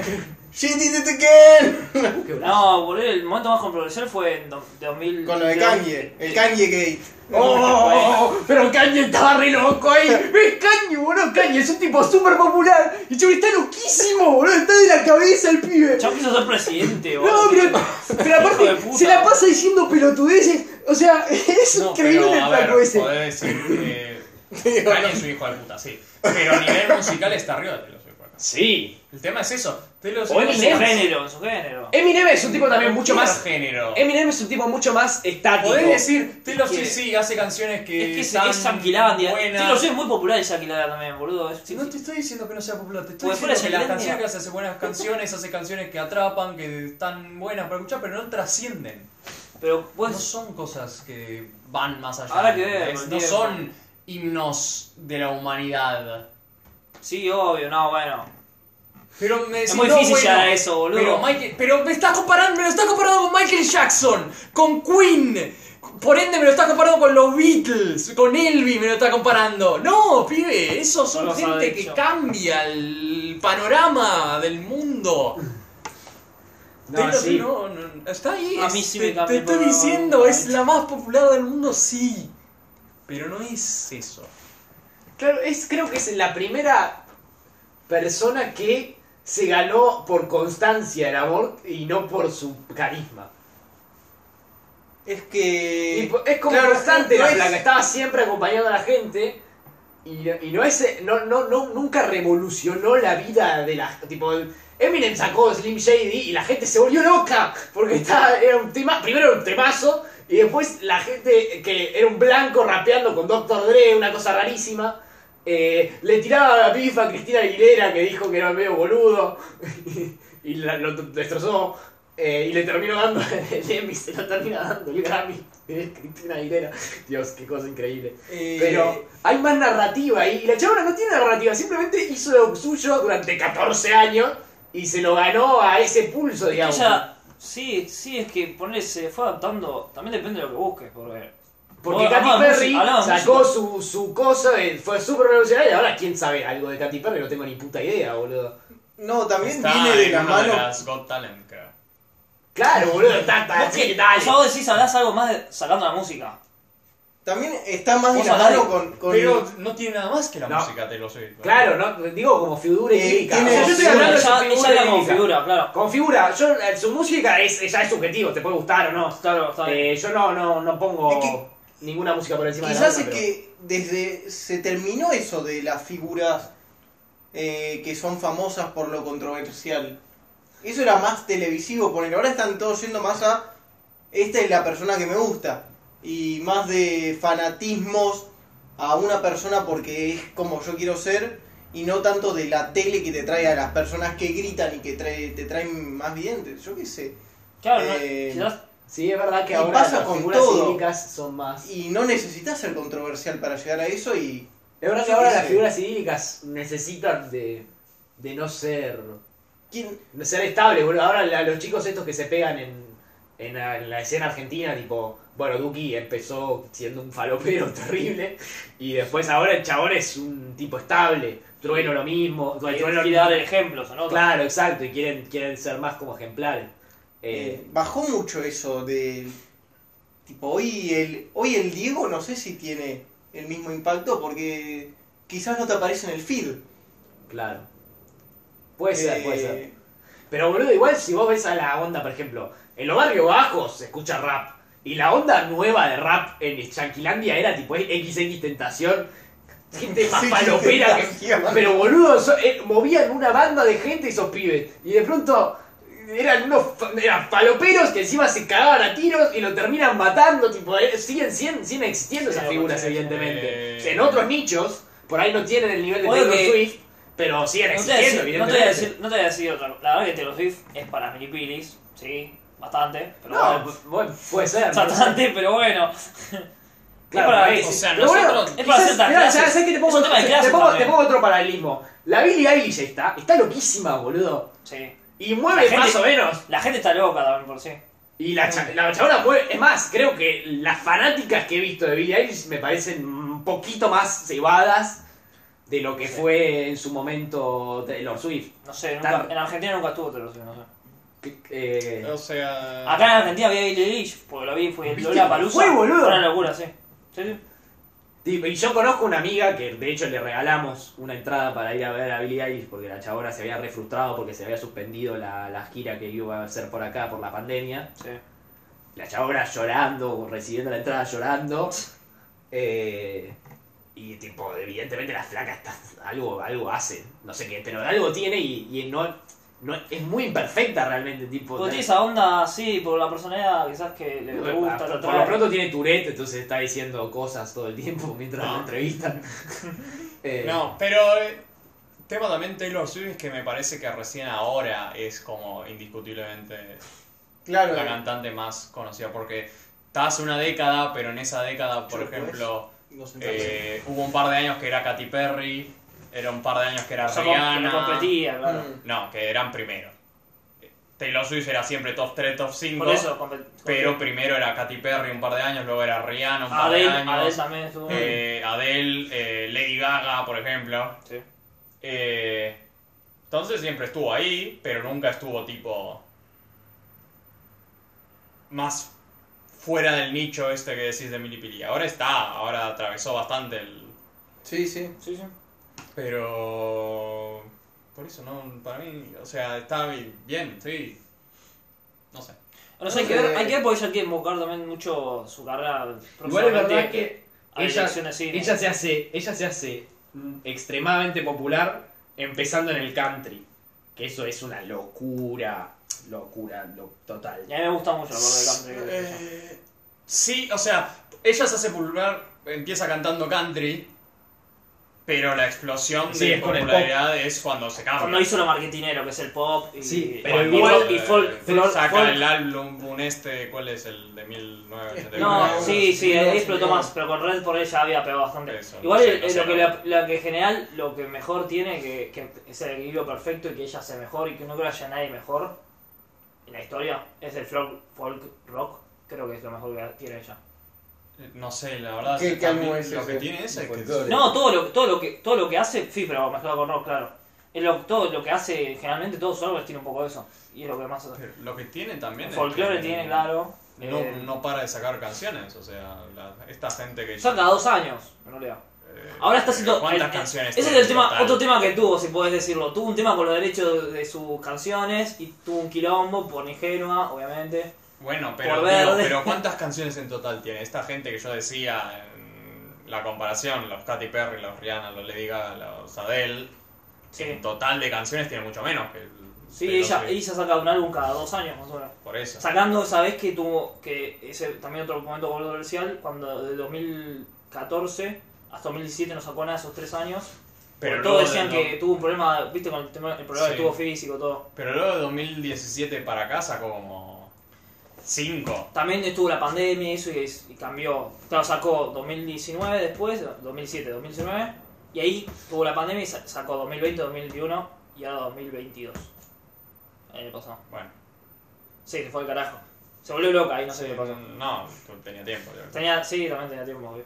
[SPEAKER 2] she did it again.
[SPEAKER 3] No, boludo, el momento más controversial fue en do- 2000.
[SPEAKER 2] Con lo de Kanye, el Kanye Gate.
[SPEAKER 9] ¡Oh! Pero Kanye estaba re loco ahí. ¿Ves Kanye, boludo? Kanye es un tipo súper popular. Y yo está loquísimo, boludo. Está de la cabeza el pibe.
[SPEAKER 3] Chavo quiso ser presidente, boludo.
[SPEAKER 9] No, pero, pero
[SPEAKER 3] Hijo de
[SPEAKER 9] aparte
[SPEAKER 3] puta.
[SPEAKER 9] se la pasa diciendo pelotudeces. O sea, es
[SPEAKER 1] No,
[SPEAKER 9] increíble
[SPEAKER 1] pero,
[SPEAKER 9] el
[SPEAKER 1] a ver,
[SPEAKER 9] flaco ese.
[SPEAKER 1] podés decir que Kanye es un hijo de puta, sí. Pero a nivel musical está arriba de Taylor Swift. bueno.
[SPEAKER 4] Sí.
[SPEAKER 1] El tema es eso. Taylor
[SPEAKER 4] O
[SPEAKER 1] Swift
[SPEAKER 3] En su
[SPEAKER 4] Eminem.
[SPEAKER 3] género, en su género.
[SPEAKER 4] Eminem es un tipo también mucho más.
[SPEAKER 1] género.
[SPEAKER 4] Eminem es un tipo mucho más estático.
[SPEAKER 1] Podés decir, Taylor
[SPEAKER 3] Es que-
[SPEAKER 1] Swift sí hace canciones que
[SPEAKER 3] Es que es,
[SPEAKER 1] están
[SPEAKER 3] es Yanquilandia.
[SPEAKER 1] buenas.
[SPEAKER 3] Taylor Swift es muy popular en Yanquilandia también, boludo. Es-
[SPEAKER 1] Si no te estoy diciendo que no sea popular, te estoy
[SPEAKER 3] Pues
[SPEAKER 1] diciendo que
[SPEAKER 3] fuera
[SPEAKER 1] las
[SPEAKER 3] Yanquilandia.
[SPEAKER 1] canciones que hace, hace buenas canciones, hace canciones que atrapan, que están buenas para escuchar, pero no trascienden.
[SPEAKER 3] Pero
[SPEAKER 1] no
[SPEAKER 3] pues.
[SPEAKER 1] son cosas que van más allá.
[SPEAKER 3] Habrá que ver,
[SPEAKER 1] ¿entendés? no
[SPEAKER 3] entiendo.
[SPEAKER 1] son himnos de la humanidad.
[SPEAKER 3] Sí, obvio, no, bueno.
[SPEAKER 1] Pero me decís,
[SPEAKER 3] Es muy
[SPEAKER 1] no,
[SPEAKER 3] difícil
[SPEAKER 1] bueno,
[SPEAKER 3] llegar a eso, boludo.
[SPEAKER 1] Pero, Michael, pero me estás comparando, me lo estás comparando con Michael Jackson, con Queen. Por ende, me lo estás comparando con los Beatles, con Elvis, me lo estás comparando. No, pibe, esos son
[SPEAKER 3] No lo
[SPEAKER 1] gente
[SPEAKER 3] sabe
[SPEAKER 1] que
[SPEAKER 3] yo.
[SPEAKER 1] cambia el panorama del mundo. Taylor,
[SPEAKER 4] sí.
[SPEAKER 1] no, no, está ahí.
[SPEAKER 3] A
[SPEAKER 1] es-
[SPEAKER 3] mí sí
[SPEAKER 1] te,
[SPEAKER 3] me cambió
[SPEAKER 1] te
[SPEAKER 3] el
[SPEAKER 1] estoy
[SPEAKER 3] programa,
[SPEAKER 1] diciendo,
[SPEAKER 3] no,
[SPEAKER 1] es
[SPEAKER 3] no.
[SPEAKER 1] la más popular del mundo, sí. Pero no es eso.
[SPEAKER 4] Claro, es, creo que es la primera persona que se ganó por constancia el amor y no por su carisma.
[SPEAKER 2] Es
[SPEAKER 4] Y
[SPEAKER 2] que.
[SPEAKER 4] po- Eh, es como
[SPEAKER 2] claro,
[SPEAKER 4] constante
[SPEAKER 2] no
[SPEAKER 4] la
[SPEAKER 2] es-
[SPEAKER 4] flaca, estaba siempre acompañando a la gente y, y no es no, no, no nunca revolucionó la vida de la tipo Eminem sacó Slim Shady y la gente se volvió loca porque estaba, era un tema, primero era un temazo y después la gente que era un blanco rapeando con Dr. Dre, una cosa rarísima. eh, le tiraba la pifa a Cristina Aguilera que dijo que era medio boludo y la- lo destrozó. Eh, y le terminó dando el Emmy, se lo termina dando el Grammy de Cristina Aguilera. Dios, qué cosa increíble.
[SPEAKER 2] eh,
[SPEAKER 4] Pero hay más narrativa ahí. Y la chabona no tiene narrativa, simplemente hizo lo suyo durante 14 años y se lo ganó a ese pulso, digamos.
[SPEAKER 3] ella-
[SPEAKER 5] Sí, sí, es que ponerse se fue adaptando. También depende de lo que busques, porque.
[SPEAKER 4] Porque
[SPEAKER 5] Bueno,
[SPEAKER 4] Katy
[SPEAKER 5] hablamos de
[SPEAKER 4] Perry
[SPEAKER 5] música- hablamos de
[SPEAKER 4] sacó
[SPEAKER 5] música.
[SPEAKER 4] su, su cosa, eh, fue súper revolucionaria. y Ahora, ¿quién sabe algo de Katy Perry? No tengo ni puta idea, boludo.
[SPEAKER 2] No, también viene de la mano.
[SPEAKER 1] Got Talent, creo.
[SPEAKER 4] Claro, boludo, está, está,
[SPEAKER 5] Vos
[SPEAKER 4] Ah, sí,
[SPEAKER 5] que-
[SPEAKER 4] dale.
[SPEAKER 5] o sea, vos decís, hablás algo más de- sacando la música.
[SPEAKER 2] También está más de
[SPEAKER 5] Vos
[SPEAKER 2] la
[SPEAKER 5] hablás
[SPEAKER 2] mano
[SPEAKER 5] de-
[SPEAKER 2] con. con-
[SPEAKER 1] Pero no tiene nada más que la
[SPEAKER 4] No.
[SPEAKER 1] música Taylor Swift.
[SPEAKER 4] Claro, no, digo como figura
[SPEAKER 2] Eh,
[SPEAKER 4] lírica.
[SPEAKER 2] tiene-
[SPEAKER 4] O sea, yo estoy hablando de su
[SPEAKER 5] ella,
[SPEAKER 4] figura
[SPEAKER 5] ella habla como
[SPEAKER 4] lírica.
[SPEAKER 5] figura, claro.
[SPEAKER 4] Con figura, yo, eh, su música es, ya es subjetivo, te puede gustar o no.
[SPEAKER 5] Claro, está bien.
[SPEAKER 4] Eh, yo no, no, no pongo
[SPEAKER 2] Es que-
[SPEAKER 4] ninguna música por encima
[SPEAKER 2] Quizás
[SPEAKER 4] de
[SPEAKER 2] es
[SPEAKER 4] la otra,
[SPEAKER 2] que desde se terminó eso de las figuras eh, que son famosas por lo controversial. Eso era más televisivo, poner. Ahora están todos yendo más a esta es la persona que me gusta y más de fanatismos a una persona porque es como yo quiero ser y no tanto de la tele que te trae a las personas que gritan y que trae- te traen más videntes. Yo qué sé.
[SPEAKER 5] Claro, no-
[SPEAKER 2] eh,
[SPEAKER 5] quizás-
[SPEAKER 4] pero- Sí, es verdad que
[SPEAKER 2] y
[SPEAKER 4] ahora
[SPEAKER 2] pasa
[SPEAKER 4] las
[SPEAKER 2] con
[SPEAKER 4] figuras
[SPEAKER 2] todo.
[SPEAKER 4] idílicas son más.
[SPEAKER 2] Y no necesitas ser controversial para llegar a eso y
[SPEAKER 4] Es verdad que
[SPEAKER 2] Yo
[SPEAKER 4] ahora
[SPEAKER 2] qué
[SPEAKER 4] las
[SPEAKER 2] sé.
[SPEAKER 4] figuras idílicas necesitan de, de no ser.
[SPEAKER 2] ¿quién,
[SPEAKER 4] de ser estables, boludo. Ahora la- los chicos estos que se pegan en, en la, en la escena argentina, tipo, bueno, Duki empezó siendo un falopero terrible y después ahora el chabón es un tipo estable. Trueno lo mismo. con el Trueno
[SPEAKER 5] quiere dar ejemplos, ¿no?
[SPEAKER 4] Claro, exacto, y quieren, quieren ser más como ejemplares. Eh,
[SPEAKER 2] Eh, bajó mucho eso del tipo hoy el hoy el Diego no sé si tiene el mismo impacto porque quizás no te aparece en el feed.
[SPEAKER 4] claro. Puede ser,
[SPEAKER 2] Eh,
[SPEAKER 4] puede ser. Pero boludo, igual si vos ves a la onda, por ejemplo, en los barrios bajos se escucha rap. Y la onda nueva de rap en Chanquilandia era tipo XX Tentación. Gente más
[SPEAKER 2] sí,
[SPEAKER 4] palopera que
[SPEAKER 2] sí, sí,
[SPEAKER 4] Pero boludo, so- eh, movían una banda de gente esos pibes. Y de pronto eran unos fa- eran faloperos que encima se cagaban a tiros y lo terminan matando. Tipo, eh, siguen, siguen, siguen existiendo
[SPEAKER 5] Sí,
[SPEAKER 4] esas
[SPEAKER 5] lo
[SPEAKER 4] figuras,
[SPEAKER 5] conocen,
[SPEAKER 4] evidentemente.
[SPEAKER 1] eh.
[SPEAKER 4] O sea, en otros nichos, por ahí no tienen el nivel de
[SPEAKER 5] Obvio
[SPEAKER 4] Taylor
[SPEAKER 5] que-
[SPEAKER 4] Swift, pero siguen
[SPEAKER 5] No te, voy a
[SPEAKER 4] existiendo,
[SPEAKER 5] decir, no, te voy a
[SPEAKER 4] evidentemente.
[SPEAKER 5] decir, no te voy a decir otra. La verdad que Taylor Swift es para milipilis, sí, bastante, pero
[SPEAKER 4] No,
[SPEAKER 5] bueno,
[SPEAKER 4] bueno, puede ser. no sé.
[SPEAKER 5] bastante, pero bueno.
[SPEAKER 4] Claro,
[SPEAKER 5] para-
[SPEAKER 4] ahí
[SPEAKER 5] o
[SPEAKER 4] sí.
[SPEAKER 1] sea,
[SPEAKER 4] Pero bueno,
[SPEAKER 1] nosotros-
[SPEAKER 5] es para
[SPEAKER 4] quizás-
[SPEAKER 5] ciertas
[SPEAKER 4] mirá,
[SPEAKER 5] clases.
[SPEAKER 4] ¿sabes qué? Te
[SPEAKER 5] Es
[SPEAKER 4] pongo,
[SPEAKER 5] un tema de
[SPEAKER 4] te
[SPEAKER 5] clases
[SPEAKER 4] pongo- te
[SPEAKER 5] también.
[SPEAKER 4] pongo otro paralelismo. La Billie Eilish está, está loquísima, boludo.
[SPEAKER 5] Sí.
[SPEAKER 4] Y
[SPEAKER 5] La
[SPEAKER 4] mueve
[SPEAKER 5] gente-
[SPEAKER 4] más o menos.
[SPEAKER 5] La gente está loca también por sí.
[SPEAKER 4] Y la, cha- la chabona mueve. Es más, creo que las fanáticas que he visto de Billie Eilish me parecen un poquito más cebadas de lo que
[SPEAKER 5] Sí.
[SPEAKER 4] fue en su momento Taylor Swift.
[SPEAKER 5] No sé, nunca,
[SPEAKER 4] Claro.
[SPEAKER 5] en Argentina nunca estuvo Taylor Swift, no sé.
[SPEAKER 4] Que- eh,
[SPEAKER 1] O sea.
[SPEAKER 5] Acá en Argentina había Billie Eilish, porque lo vi, fue el Lola Palusa.
[SPEAKER 4] Fue, boludo.
[SPEAKER 5] Una locura, sí. Sí, sí.
[SPEAKER 4] tipo, y yo conozco una amiga que de hecho le regalamos una entrada para ir a ver a Billie Eilish porque la chabona se había refrustrado porque se había suspendido la, la gira que iba a hacer por acá por la pandemia.
[SPEAKER 5] sí.
[SPEAKER 4] la chabona llorando, recibiendo la entrada llorando. eh, y tipo, evidentemente la flaca está, algo, algo hace, no sé qué, pero algo tiene y, y no, no es muy imperfecta realmente, tipo.
[SPEAKER 5] Porque tiene
[SPEAKER 4] tenés-
[SPEAKER 5] esa onda así, por la personalidad quizás que le
[SPEAKER 4] por-
[SPEAKER 5] gusta, lo
[SPEAKER 4] por, lo
[SPEAKER 5] atrae.
[SPEAKER 4] pronto tiene Tourette, entonces está diciendo cosas todo el tiempo mientras la entrevistan. Eh,
[SPEAKER 1] No, pero eh, tema también Taylor Swift es que me parece que recién ahora es como indiscutiblemente
[SPEAKER 2] Claro.
[SPEAKER 1] la cantante más conocida porque está hace una década, pero en esa década, por
[SPEAKER 2] Yo, pues,
[SPEAKER 1] ejemplo,
[SPEAKER 2] no sé,
[SPEAKER 5] Eh,
[SPEAKER 1] eh, hubo un par de años que era Katy Perry,
[SPEAKER 5] Era un par de años que era
[SPEAKER 3] O sea, com-
[SPEAKER 5] Rihanna.
[SPEAKER 3] no competía, claro.
[SPEAKER 2] Mm.
[SPEAKER 5] No, que eran primero. Taylor Swift era siempre top 3, top 5.
[SPEAKER 3] Por eso, compet-
[SPEAKER 5] Pero primero era Katy Perry un par de años, luego era Rihanna un par
[SPEAKER 3] Adele,
[SPEAKER 5] de años.
[SPEAKER 3] Adele también estuvo.
[SPEAKER 5] eh, Adele, eh, Lady Gaga, por ejemplo.
[SPEAKER 3] Sí.
[SPEAKER 5] Eh, entonces siempre estuvo ahí, pero nunca estuvo tipo. más fuera del nicho este que decís de Milipili. Ahora está, ahora atravesó bastante el.
[SPEAKER 2] Sí, sí.
[SPEAKER 3] Sí, sí.
[SPEAKER 5] Pero. por eso no, para mí, o sea, está bien, sí. No sé.
[SPEAKER 3] No sé, hay que ver, hay que ver porque ella quiere buscar también mucho su carrera.
[SPEAKER 4] Igual es verdad
[SPEAKER 3] próximamente
[SPEAKER 4] que
[SPEAKER 3] a
[SPEAKER 4] ella-
[SPEAKER 3] dirección de cine.
[SPEAKER 4] ella se hace, ella se hace mm, extremadamente popular empezando en el country. Que eso es una locura, locura, lo- total.
[SPEAKER 3] Y a mí me gusta mucho la voz de country.
[SPEAKER 5] Eh, sí, o sea, ella se hace popular, empieza cantando country, pero la explosión
[SPEAKER 4] Sí,
[SPEAKER 5] de
[SPEAKER 4] es con el
[SPEAKER 5] popularidad es cuando se cambia.
[SPEAKER 3] Cuando hizo lo marketinero, que es el pop. Y,
[SPEAKER 4] Sí, pero
[SPEAKER 5] Cuando,
[SPEAKER 3] y
[SPEAKER 4] igual-
[SPEAKER 3] folk- y
[SPEAKER 5] eh,
[SPEAKER 3] folk- folk-
[SPEAKER 5] saca
[SPEAKER 3] folk-
[SPEAKER 5] el álbum un este, ¿cuál es el de 1989?
[SPEAKER 3] No,
[SPEAKER 2] Pero-
[SPEAKER 3] sí, sí,
[SPEAKER 2] pero-
[SPEAKER 3] ahí explotó más, pero con Red por ella había pegado bastante.
[SPEAKER 5] Eso, no
[SPEAKER 3] Igual
[SPEAKER 5] sé,
[SPEAKER 3] es-
[SPEAKER 5] no
[SPEAKER 3] es
[SPEAKER 5] sé,
[SPEAKER 3] lo que
[SPEAKER 5] no.
[SPEAKER 3] la, la que en general, lo que mejor tiene, que, que es el equilibrio perfecto y que ella sea mejor y que no creo haya nadie mejor en la historia, es el folk, folk rock, creo que es lo mejor que tiene ella.
[SPEAKER 5] No sé, la verdad.
[SPEAKER 2] ¿Qué-
[SPEAKER 5] es que
[SPEAKER 2] qué álbum
[SPEAKER 5] también
[SPEAKER 2] es
[SPEAKER 5] Lo
[SPEAKER 2] ese?
[SPEAKER 5] que tiene ese es que.
[SPEAKER 10] Folclore.
[SPEAKER 3] No, todo lo, todo lo que todo lo que hace, sí, pero mezclado con rock, claro. Es lo, todo lo que hace, generalmente todos sus álbumes tiene un poco de eso, y es lo que más hace.
[SPEAKER 5] pero Lo que tiene también. es
[SPEAKER 3] Folklore
[SPEAKER 5] que
[SPEAKER 3] tiene, claro.
[SPEAKER 5] No,
[SPEAKER 3] eh,
[SPEAKER 5] no para de sacar canciones, o sea, la- esta gente que.
[SPEAKER 3] saca dos años, en realidad.
[SPEAKER 5] eh,
[SPEAKER 3] Ahora está haciendo.
[SPEAKER 5] ¿Cuántas
[SPEAKER 3] eh,
[SPEAKER 5] canciones
[SPEAKER 3] Ese es
[SPEAKER 5] tiene
[SPEAKER 3] el tema,
[SPEAKER 5] total?
[SPEAKER 3] otro tema que tuvo, si podés decirlo. Tuvo un tema con los derechos de sus canciones y tuvo un quilombo por Ingenua, obviamente.
[SPEAKER 5] Bueno, pero,
[SPEAKER 3] Por verde.
[SPEAKER 5] digo, pero ¿cuántas canciones en total tiene? Esta gente que yo decía en la comparación, los Katy Perry, los Rihanna, los Lady Gaga, los Adele,
[SPEAKER 3] Sí,
[SPEAKER 5] en total de canciones tiene mucho menos que el-
[SPEAKER 3] Eh, sí
[SPEAKER 5] que los
[SPEAKER 3] ella,
[SPEAKER 5] Beatles.
[SPEAKER 3] ella saca un álbum cada dos años más o menos.
[SPEAKER 5] Por eso.
[SPEAKER 3] Sacando esa vez que tuvo, que ese también otro momento controversial, cuando de 2014 hasta 2017 no sacó nada de esos tres años. Pero todos
[SPEAKER 5] luego de-
[SPEAKER 3] decían
[SPEAKER 5] no-
[SPEAKER 3] que tuvo un problema, viste, con el, tema- el problema
[SPEAKER 5] Sí.
[SPEAKER 3] que tuvo físico, todo.
[SPEAKER 5] Pero luego de 2017 para acá sacó como 5.
[SPEAKER 3] También estuvo la pandemia y eso y, y cambió. Claro, sacó 2019 después, 2007, 2019. Y ahí tuvo la pandemia y sa- sacó 2020, 2021 y ahora 2022. El año pasado.
[SPEAKER 5] Bueno,
[SPEAKER 3] Sí, se fue al carajo. Se volvió loca ahí, no sé qué pasó.
[SPEAKER 5] no, tenía tiempo. yo creo.
[SPEAKER 3] Tenía, sí, también tenía tiempo, obvio.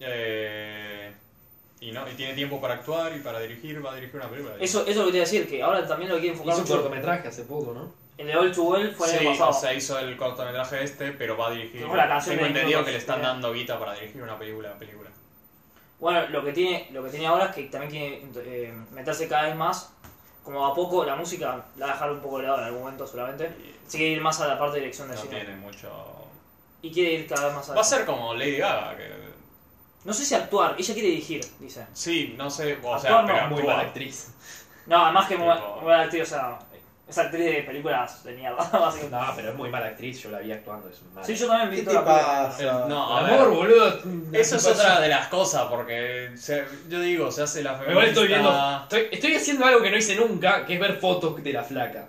[SPEAKER 5] Eh, y, no, y tiene tiempo para actuar y para dirigir, va a dirigir una película.
[SPEAKER 3] Eso, eso es lo que te iba a decir, que ahora también lo quieren enfocar
[SPEAKER 4] Hizo un
[SPEAKER 3] mucho.
[SPEAKER 4] cortometraje hace poco, ¿no?
[SPEAKER 3] El de All Too Well fue el
[SPEAKER 5] sí,
[SPEAKER 3] año pasado.
[SPEAKER 5] o sea, hizo el cortometraje este, pero va a dirigir.
[SPEAKER 3] Tengo la canción
[SPEAKER 5] Tengo
[SPEAKER 3] de
[SPEAKER 5] entendido
[SPEAKER 3] Nicolas,
[SPEAKER 5] que le están
[SPEAKER 3] eh.
[SPEAKER 5] dando guita para dirigir una película. película.
[SPEAKER 3] Bueno, lo que tiene, lo que tiene ahora es que también quiere eh, meterse cada vez más. Como a poco la música la va a dejar un poco de lado en algún momento solamente.
[SPEAKER 5] Y
[SPEAKER 3] Sí quiere ir más a la parte de dirección de
[SPEAKER 5] no
[SPEAKER 3] cine.
[SPEAKER 5] tiene mucho.
[SPEAKER 3] Y quiere ir cada vez más a
[SPEAKER 5] Va a ser como Lady Gaga. Que...
[SPEAKER 3] No sé si actuar, ella quiere dirigir, dice.
[SPEAKER 5] Sí, no sé. O
[SPEAKER 3] Actuar
[SPEAKER 5] sea,
[SPEAKER 3] no,
[SPEAKER 5] pero
[SPEAKER 4] Muy
[SPEAKER 5] actúa.
[SPEAKER 4] buena actriz.
[SPEAKER 3] No, además que muy
[SPEAKER 5] Tipo-
[SPEAKER 3] buena actriz, o sea, es actriz de películas de mierda, básicamente.
[SPEAKER 4] No, pero es muy mala actriz, yo la vi actuando, es mala.
[SPEAKER 3] Sí, yo también
[SPEAKER 2] ¿Qué
[SPEAKER 3] vi
[SPEAKER 2] te
[SPEAKER 3] toda la película.
[SPEAKER 2] pasa?
[SPEAKER 5] El- no, a ver,
[SPEAKER 4] Amor, boludo.
[SPEAKER 5] Eso es otra de las cosas, porque se- yo digo, se hace la feminista.
[SPEAKER 4] Igual estoy viendo. Estoy, estoy haciendo algo que no hice nunca, que es ver fotos de la flaca.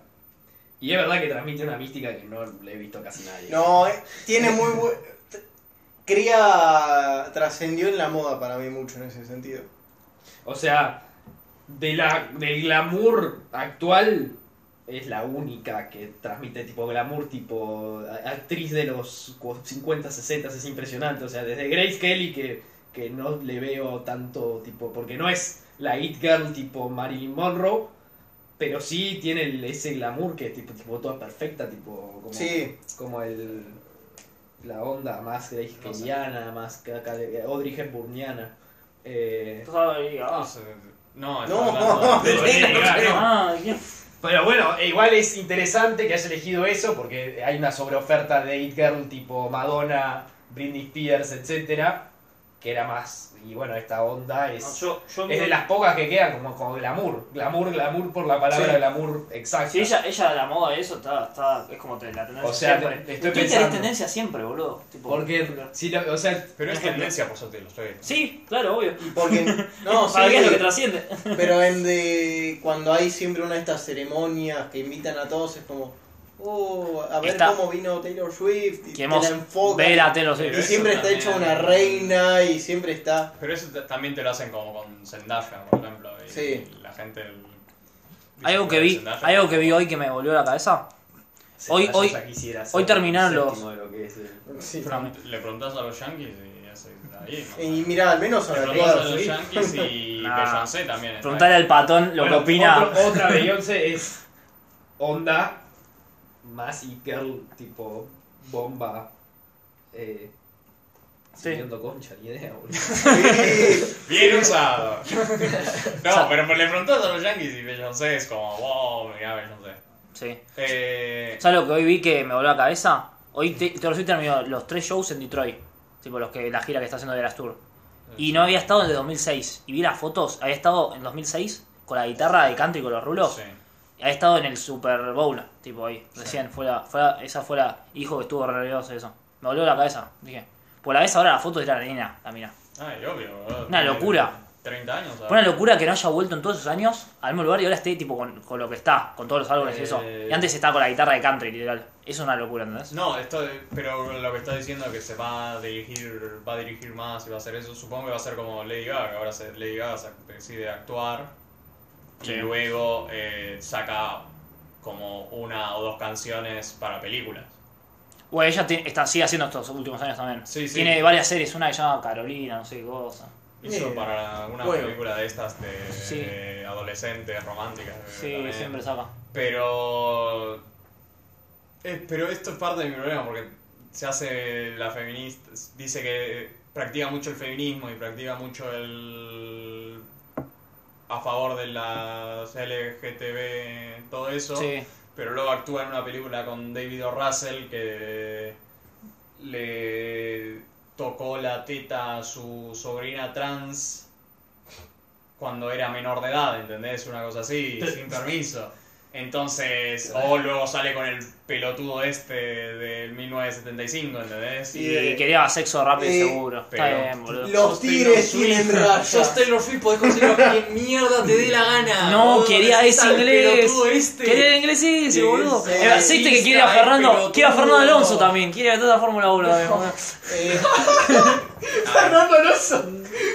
[SPEAKER 4] Y es verdad que transmite una mística que no le he visto a casi nadie.
[SPEAKER 2] No, eh, tiene muy buen. Cría trascendió en la moda para mí mucho en ese sentido.
[SPEAKER 4] O sea, de la, del glamour actual es la única que transmite tipo glamour, tipo a- actriz de los cu- 50, 60, es impresionante. O sea, desde Grace Kelly que, que no le veo tanto tipo, porque no es la It Girl tipo Marilyn Monroe, pero sí tiene el- ese glamour que es tipo, tipo toda perfecta, tipo como,
[SPEAKER 2] Sí.
[SPEAKER 4] como el... La onda más Grace
[SPEAKER 5] No sé.
[SPEAKER 4] Kellyana, más ca- ca- Audrey Hepburniana. Eh,
[SPEAKER 3] Esto sabe de liga,
[SPEAKER 5] No,
[SPEAKER 3] ah.
[SPEAKER 5] se- no, está
[SPEAKER 2] No,
[SPEAKER 5] hablando de-
[SPEAKER 4] no, no, no, no.
[SPEAKER 3] Ah, ¿quién?
[SPEAKER 4] Pero bueno, eh, igual es interesante que hayas elegido eso porque hay una sobreoferta de It Girl tipo Madonna, Britney Spears, etcétera, que era más. Y bueno, esta onda
[SPEAKER 3] No,
[SPEAKER 4] es.
[SPEAKER 3] yo, yo
[SPEAKER 4] es de las pocas que quedan como, como glamour. Glamour, glamour por la palabra
[SPEAKER 2] Sí.
[SPEAKER 4] glamour exacta.
[SPEAKER 3] Si ella, ella de la moda de eso está, está, es como te- la tendencia
[SPEAKER 4] O sea,
[SPEAKER 3] siempre.
[SPEAKER 4] te- estoy
[SPEAKER 3] Twitter es
[SPEAKER 4] pensando.
[SPEAKER 3] tendencia siempre, boludo. Tipo,
[SPEAKER 4] Porque. Si lo- o sea,
[SPEAKER 5] Pero es tendencia, por eso te lo estoy viendo.
[SPEAKER 3] Sí, claro, obvio.
[SPEAKER 2] Y porque. No,
[SPEAKER 3] ¿Para qué es lo que
[SPEAKER 2] sí,
[SPEAKER 3] trasciende?
[SPEAKER 2] pero en de. Cuando hay siempre una de estas ceremonias que invitan a todos, es como. oh, a ver
[SPEAKER 3] Está-
[SPEAKER 2] cómo vino Taylor Swift y
[SPEAKER 3] Que hemos
[SPEAKER 2] te la enfoca.
[SPEAKER 3] ver a Taylor
[SPEAKER 2] y
[SPEAKER 4] ¿eh?
[SPEAKER 3] Swift.
[SPEAKER 2] siempre
[SPEAKER 5] Eso
[SPEAKER 2] está hecha
[SPEAKER 5] también.
[SPEAKER 2] una reina y siempre está.
[SPEAKER 5] Pero eso t- también te lo hacen como con Zendaya, por ejemplo. Y
[SPEAKER 2] Sí.
[SPEAKER 5] La gente. el-
[SPEAKER 3] Hay algo que vi,
[SPEAKER 5] Zendaya.
[SPEAKER 3] hay algo que vi hoy que me volvió la cabeza. Hoy-
[SPEAKER 11] Zendaya
[SPEAKER 3] hoy-
[SPEAKER 11] ya quisiera ser
[SPEAKER 3] hoy terminaron
[SPEAKER 11] el
[SPEAKER 3] los-
[SPEAKER 11] séptimo de lo que es el-
[SPEAKER 2] Sí.
[SPEAKER 5] Le preguntás a los yankees y hace. Ahí, ¿no?
[SPEAKER 2] Y mira, al menos a
[SPEAKER 5] Le
[SPEAKER 2] la
[SPEAKER 5] preguntás a
[SPEAKER 2] cuadra.
[SPEAKER 5] los yankees y
[SPEAKER 3] Nah.
[SPEAKER 5] Beyoncé también. está
[SPEAKER 3] Preguntarle al patón lo
[SPEAKER 11] Bueno,
[SPEAKER 3] que opina.
[SPEAKER 11] otro- otra Beyoncé es onda más y girl tipo bomba. Eh,
[SPEAKER 3] Sí.
[SPEAKER 11] siguiendo concha, ni idea, boludo.
[SPEAKER 5] ahí. Bien usado. no, pero le preguntás a los yankees y Beyoncé es como, wow, mirá Beyoncé.
[SPEAKER 3] Sí.
[SPEAKER 5] Eh,
[SPEAKER 3] ¿Sabes lo que hoy vi que me volvió la cabeza? Hoy te- Taylor Swift terminó los tres shows en Detroit. Tipo los que la gira que está haciendo de las Tour. Y no había estado desde 2006. Y vi las fotos. Había estado en 2006 con la guitarra de canto y con los rulos.
[SPEAKER 5] sí.
[SPEAKER 3] Ha estado en el Super Bowl, tipo ahí, recién. Fue la, fue la- esa fue la hijo que estuvo re nervioso eso. Me volvió la cabeza, dije. Por la vez ahora la foto de la nena, la mira.
[SPEAKER 5] Ay, obvio, boludo.
[SPEAKER 3] Una locura.
[SPEAKER 5] 30 años.
[SPEAKER 3] Fue una locura que no haya vuelto en todos esos años al mismo lugar y ahora esté tipo con, con lo que está, con todos los álbumes y eso.
[SPEAKER 5] Eh.
[SPEAKER 3] Y antes estaba con la guitarra de country, literal. Es una locura, ¿entendés?
[SPEAKER 5] No, esto, pero lo que está diciendo es que se va a dirigir, va a dirigir más y va a hacer eso, supongo que va a ser como Lady Gaga, ahora se, Lady Gaga sa- decide actuar
[SPEAKER 3] Sí.
[SPEAKER 5] y luego eh, saca como una o dos canciones para películas.
[SPEAKER 3] Bueno, ella te- está, sigue haciendo estos últimos años también.
[SPEAKER 5] Sí, sí.
[SPEAKER 3] Tiene varias series, una que se llama Carolina, no sé qué cosa.
[SPEAKER 5] Hizo
[SPEAKER 2] Bien.
[SPEAKER 5] para una
[SPEAKER 2] Bueno.
[SPEAKER 5] película de estas de,
[SPEAKER 3] Sí.
[SPEAKER 5] de adolescentes románticas. creo
[SPEAKER 3] Sí,
[SPEAKER 5] Eh, también.
[SPEAKER 3] siempre saca.
[SPEAKER 5] Pero. eh, pero esto es parte de mi problema, porque se hace la feminista. Dice que practica mucho el feminismo y practica mucho el. a favor de las LGTB, todo eso.
[SPEAKER 3] Sí,
[SPEAKER 5] Pero luego actúa en una película con David O. Russell que le tocó la teta a su sobrina trans cuando era menor de edad, ¿entendés? Una cosa así, sin permiso. Entonces, o luego sale con el pelotudo este de 1975, ¿entendés?
[SPEAKER 3] y
[SPEAKER 2] Sí, eh,
[SPEAKER 3] quería sexo rápido y
[SPEAKER 2] eh,
[SPEAKER 3] seguro.
[SPEAKER 5] pero-
[SPEAKER 3] está bien, boludo.
[SPEAKER 2] Los
[SPEAKER 5] Sos Taylor
[SPEAKER 2] tigres
[SPEAKER 5] Swift.
[SPEAKER 2] tienen rayas.
[SPEAKER 5] Taylor Swift, podés conseguir lo que mierda te dé la gana.
[SPEAKER 3] No,
[SPEAKER 5] boludo.
[SPEAKER 3] quería
[SPEAKER 5] Está
[SPEAKER 3] ese
[SPEAKER 5] el
[SPEAKER 3] inglés.
[SPEAKER 5] pelotudo este.
[SPEAKER 3] Quería el inglés ese,
[SPEAKER 5] Que
[SPEAKER 3] boludo.
[SPEAKER 5] es, eh,
[SPEAKER 3] Eh, Aceite que quiere a
[SPEAKER 5] artista,
[SPEAKER 3] Fernando.
[SPEAKER 5] eh,
[SPEAKER 3] Quiere a Fernando
[SPEAKER 5] pelotudo.
[SPEAKER 3] Alonso también. Quiere a toda la Fórmula 1 también, boludo.
[SPEAKER 2] Eh,
[SPEAKER 4] Fernando Alonso,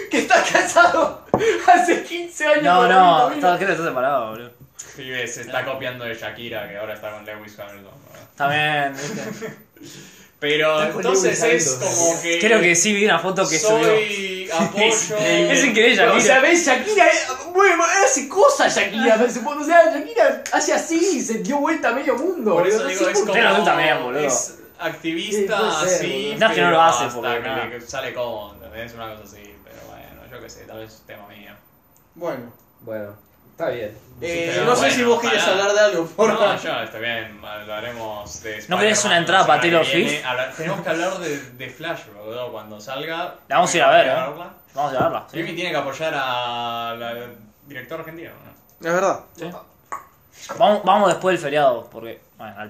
[SPEAKER 4] que está casado hace 15 años.
[SPEAKER 3] No,
[SPEAKER 4] con
[SPEAKER 3] no,
[SPEAKER 4] una mina.
[SPEAKER 3] está, creo que está separado, boludo.
[SPEAKER 5] Pibe, se
[SPEAKER 12] Ah.
[SPEAKER 5] está copiando de Shakira, que ahora está con Lewis Hamilton. ¿no?
[SPEAKER 3] También, viste.
[SPEAKER 5] Pero
[SPEAKER 12] Está con
[SPEAKER 5] entonces
[SPEAKER 12] Lewis
[SPEAKER 5] es
[SPEAKER 12] Hamilton.
[SPEAKER 5] como que.
[SPEAKER 3] Creo que sí vi una foto que subió.
[SPEAKER 5] soy apoyo.
[SPEAKER 3] Es increíble,
[SPEAKER 4] O sea,
[SPEAKER 3] Shakira.
[SPEAKER 4] ves, Shakira eh, bueno, hace cosas Shakira. hace- O sea, Shakira hace así y se dio vuelta a medio mundo.
[SPEAKER 5] Por eso
[SPEAKER 4] boludo,
[SPEAKER 5] digo,
[SPEAKER 4] sí,
[SPEAKER 5] es como.
[SPEAKER 3] Taylor Swift también, boludo.
[SPEAKER 5] Es activista
[SPEAKER 12] Sí, puede ser,
[SPEAKER 5] así.
[SPEAKER 12] boludo.
[SPEAKER 3] No es que no
[SPEAKER 5] pero
[SPEAKER 3] lo hace,
[SPEAKER 5] hasta
[SPEAKER 3] porque
[SPEAKER 5] que
[SPEAKER 3] nada.
[SPEAKER 5] le sale cómodo, ¿entendés? Una cosa así. Pero bueno, yo qué sé, tal vez es tema mío.
[SPEAKER 2] bueno,
[SPEAKER 11] Bueno, está bien.
[SPEAKER 2] eh,
[SPEAKER 5] Pero
[SPEAKER 2] no sé
[SPEAKER 5] bueno,
[SPEAKER 2] si vos quieres
[SPEAKER 5] pará.
[SPEAKER 2] hablar de algo, por
[SPEAKER 5] No, yo, está bien, hablaremos de Spider-Man
[SPEAKER 3] querés una entrada
[SPEAKER 5] la semana
[SPEAKER 3] para Taylor
[SPEAKER 5] que viene.
[SPEAKER 3] Swift?
[SPEAKER 5] Habla- tenemos que hablar de, de Flash, boludo, cuando salga.
[SPEAKER 3] La vamos a ir a
[SPEAKER 5] tenemos
[SPEAKER 3] ver,
[SPEAKER 5] que
[SPEAKER 3] ¿eh?
[SPEAKER 5] verla.
[SPEAKER 3] Vamos a verla.
[SPEAKER 5] Jimmy tiene que apoyar al director argentino, ¿no?
[SPEAKER 2] Es verdad.
[SPEAKER 3] Vamos, vamos después del feriado, porque. Bueno, al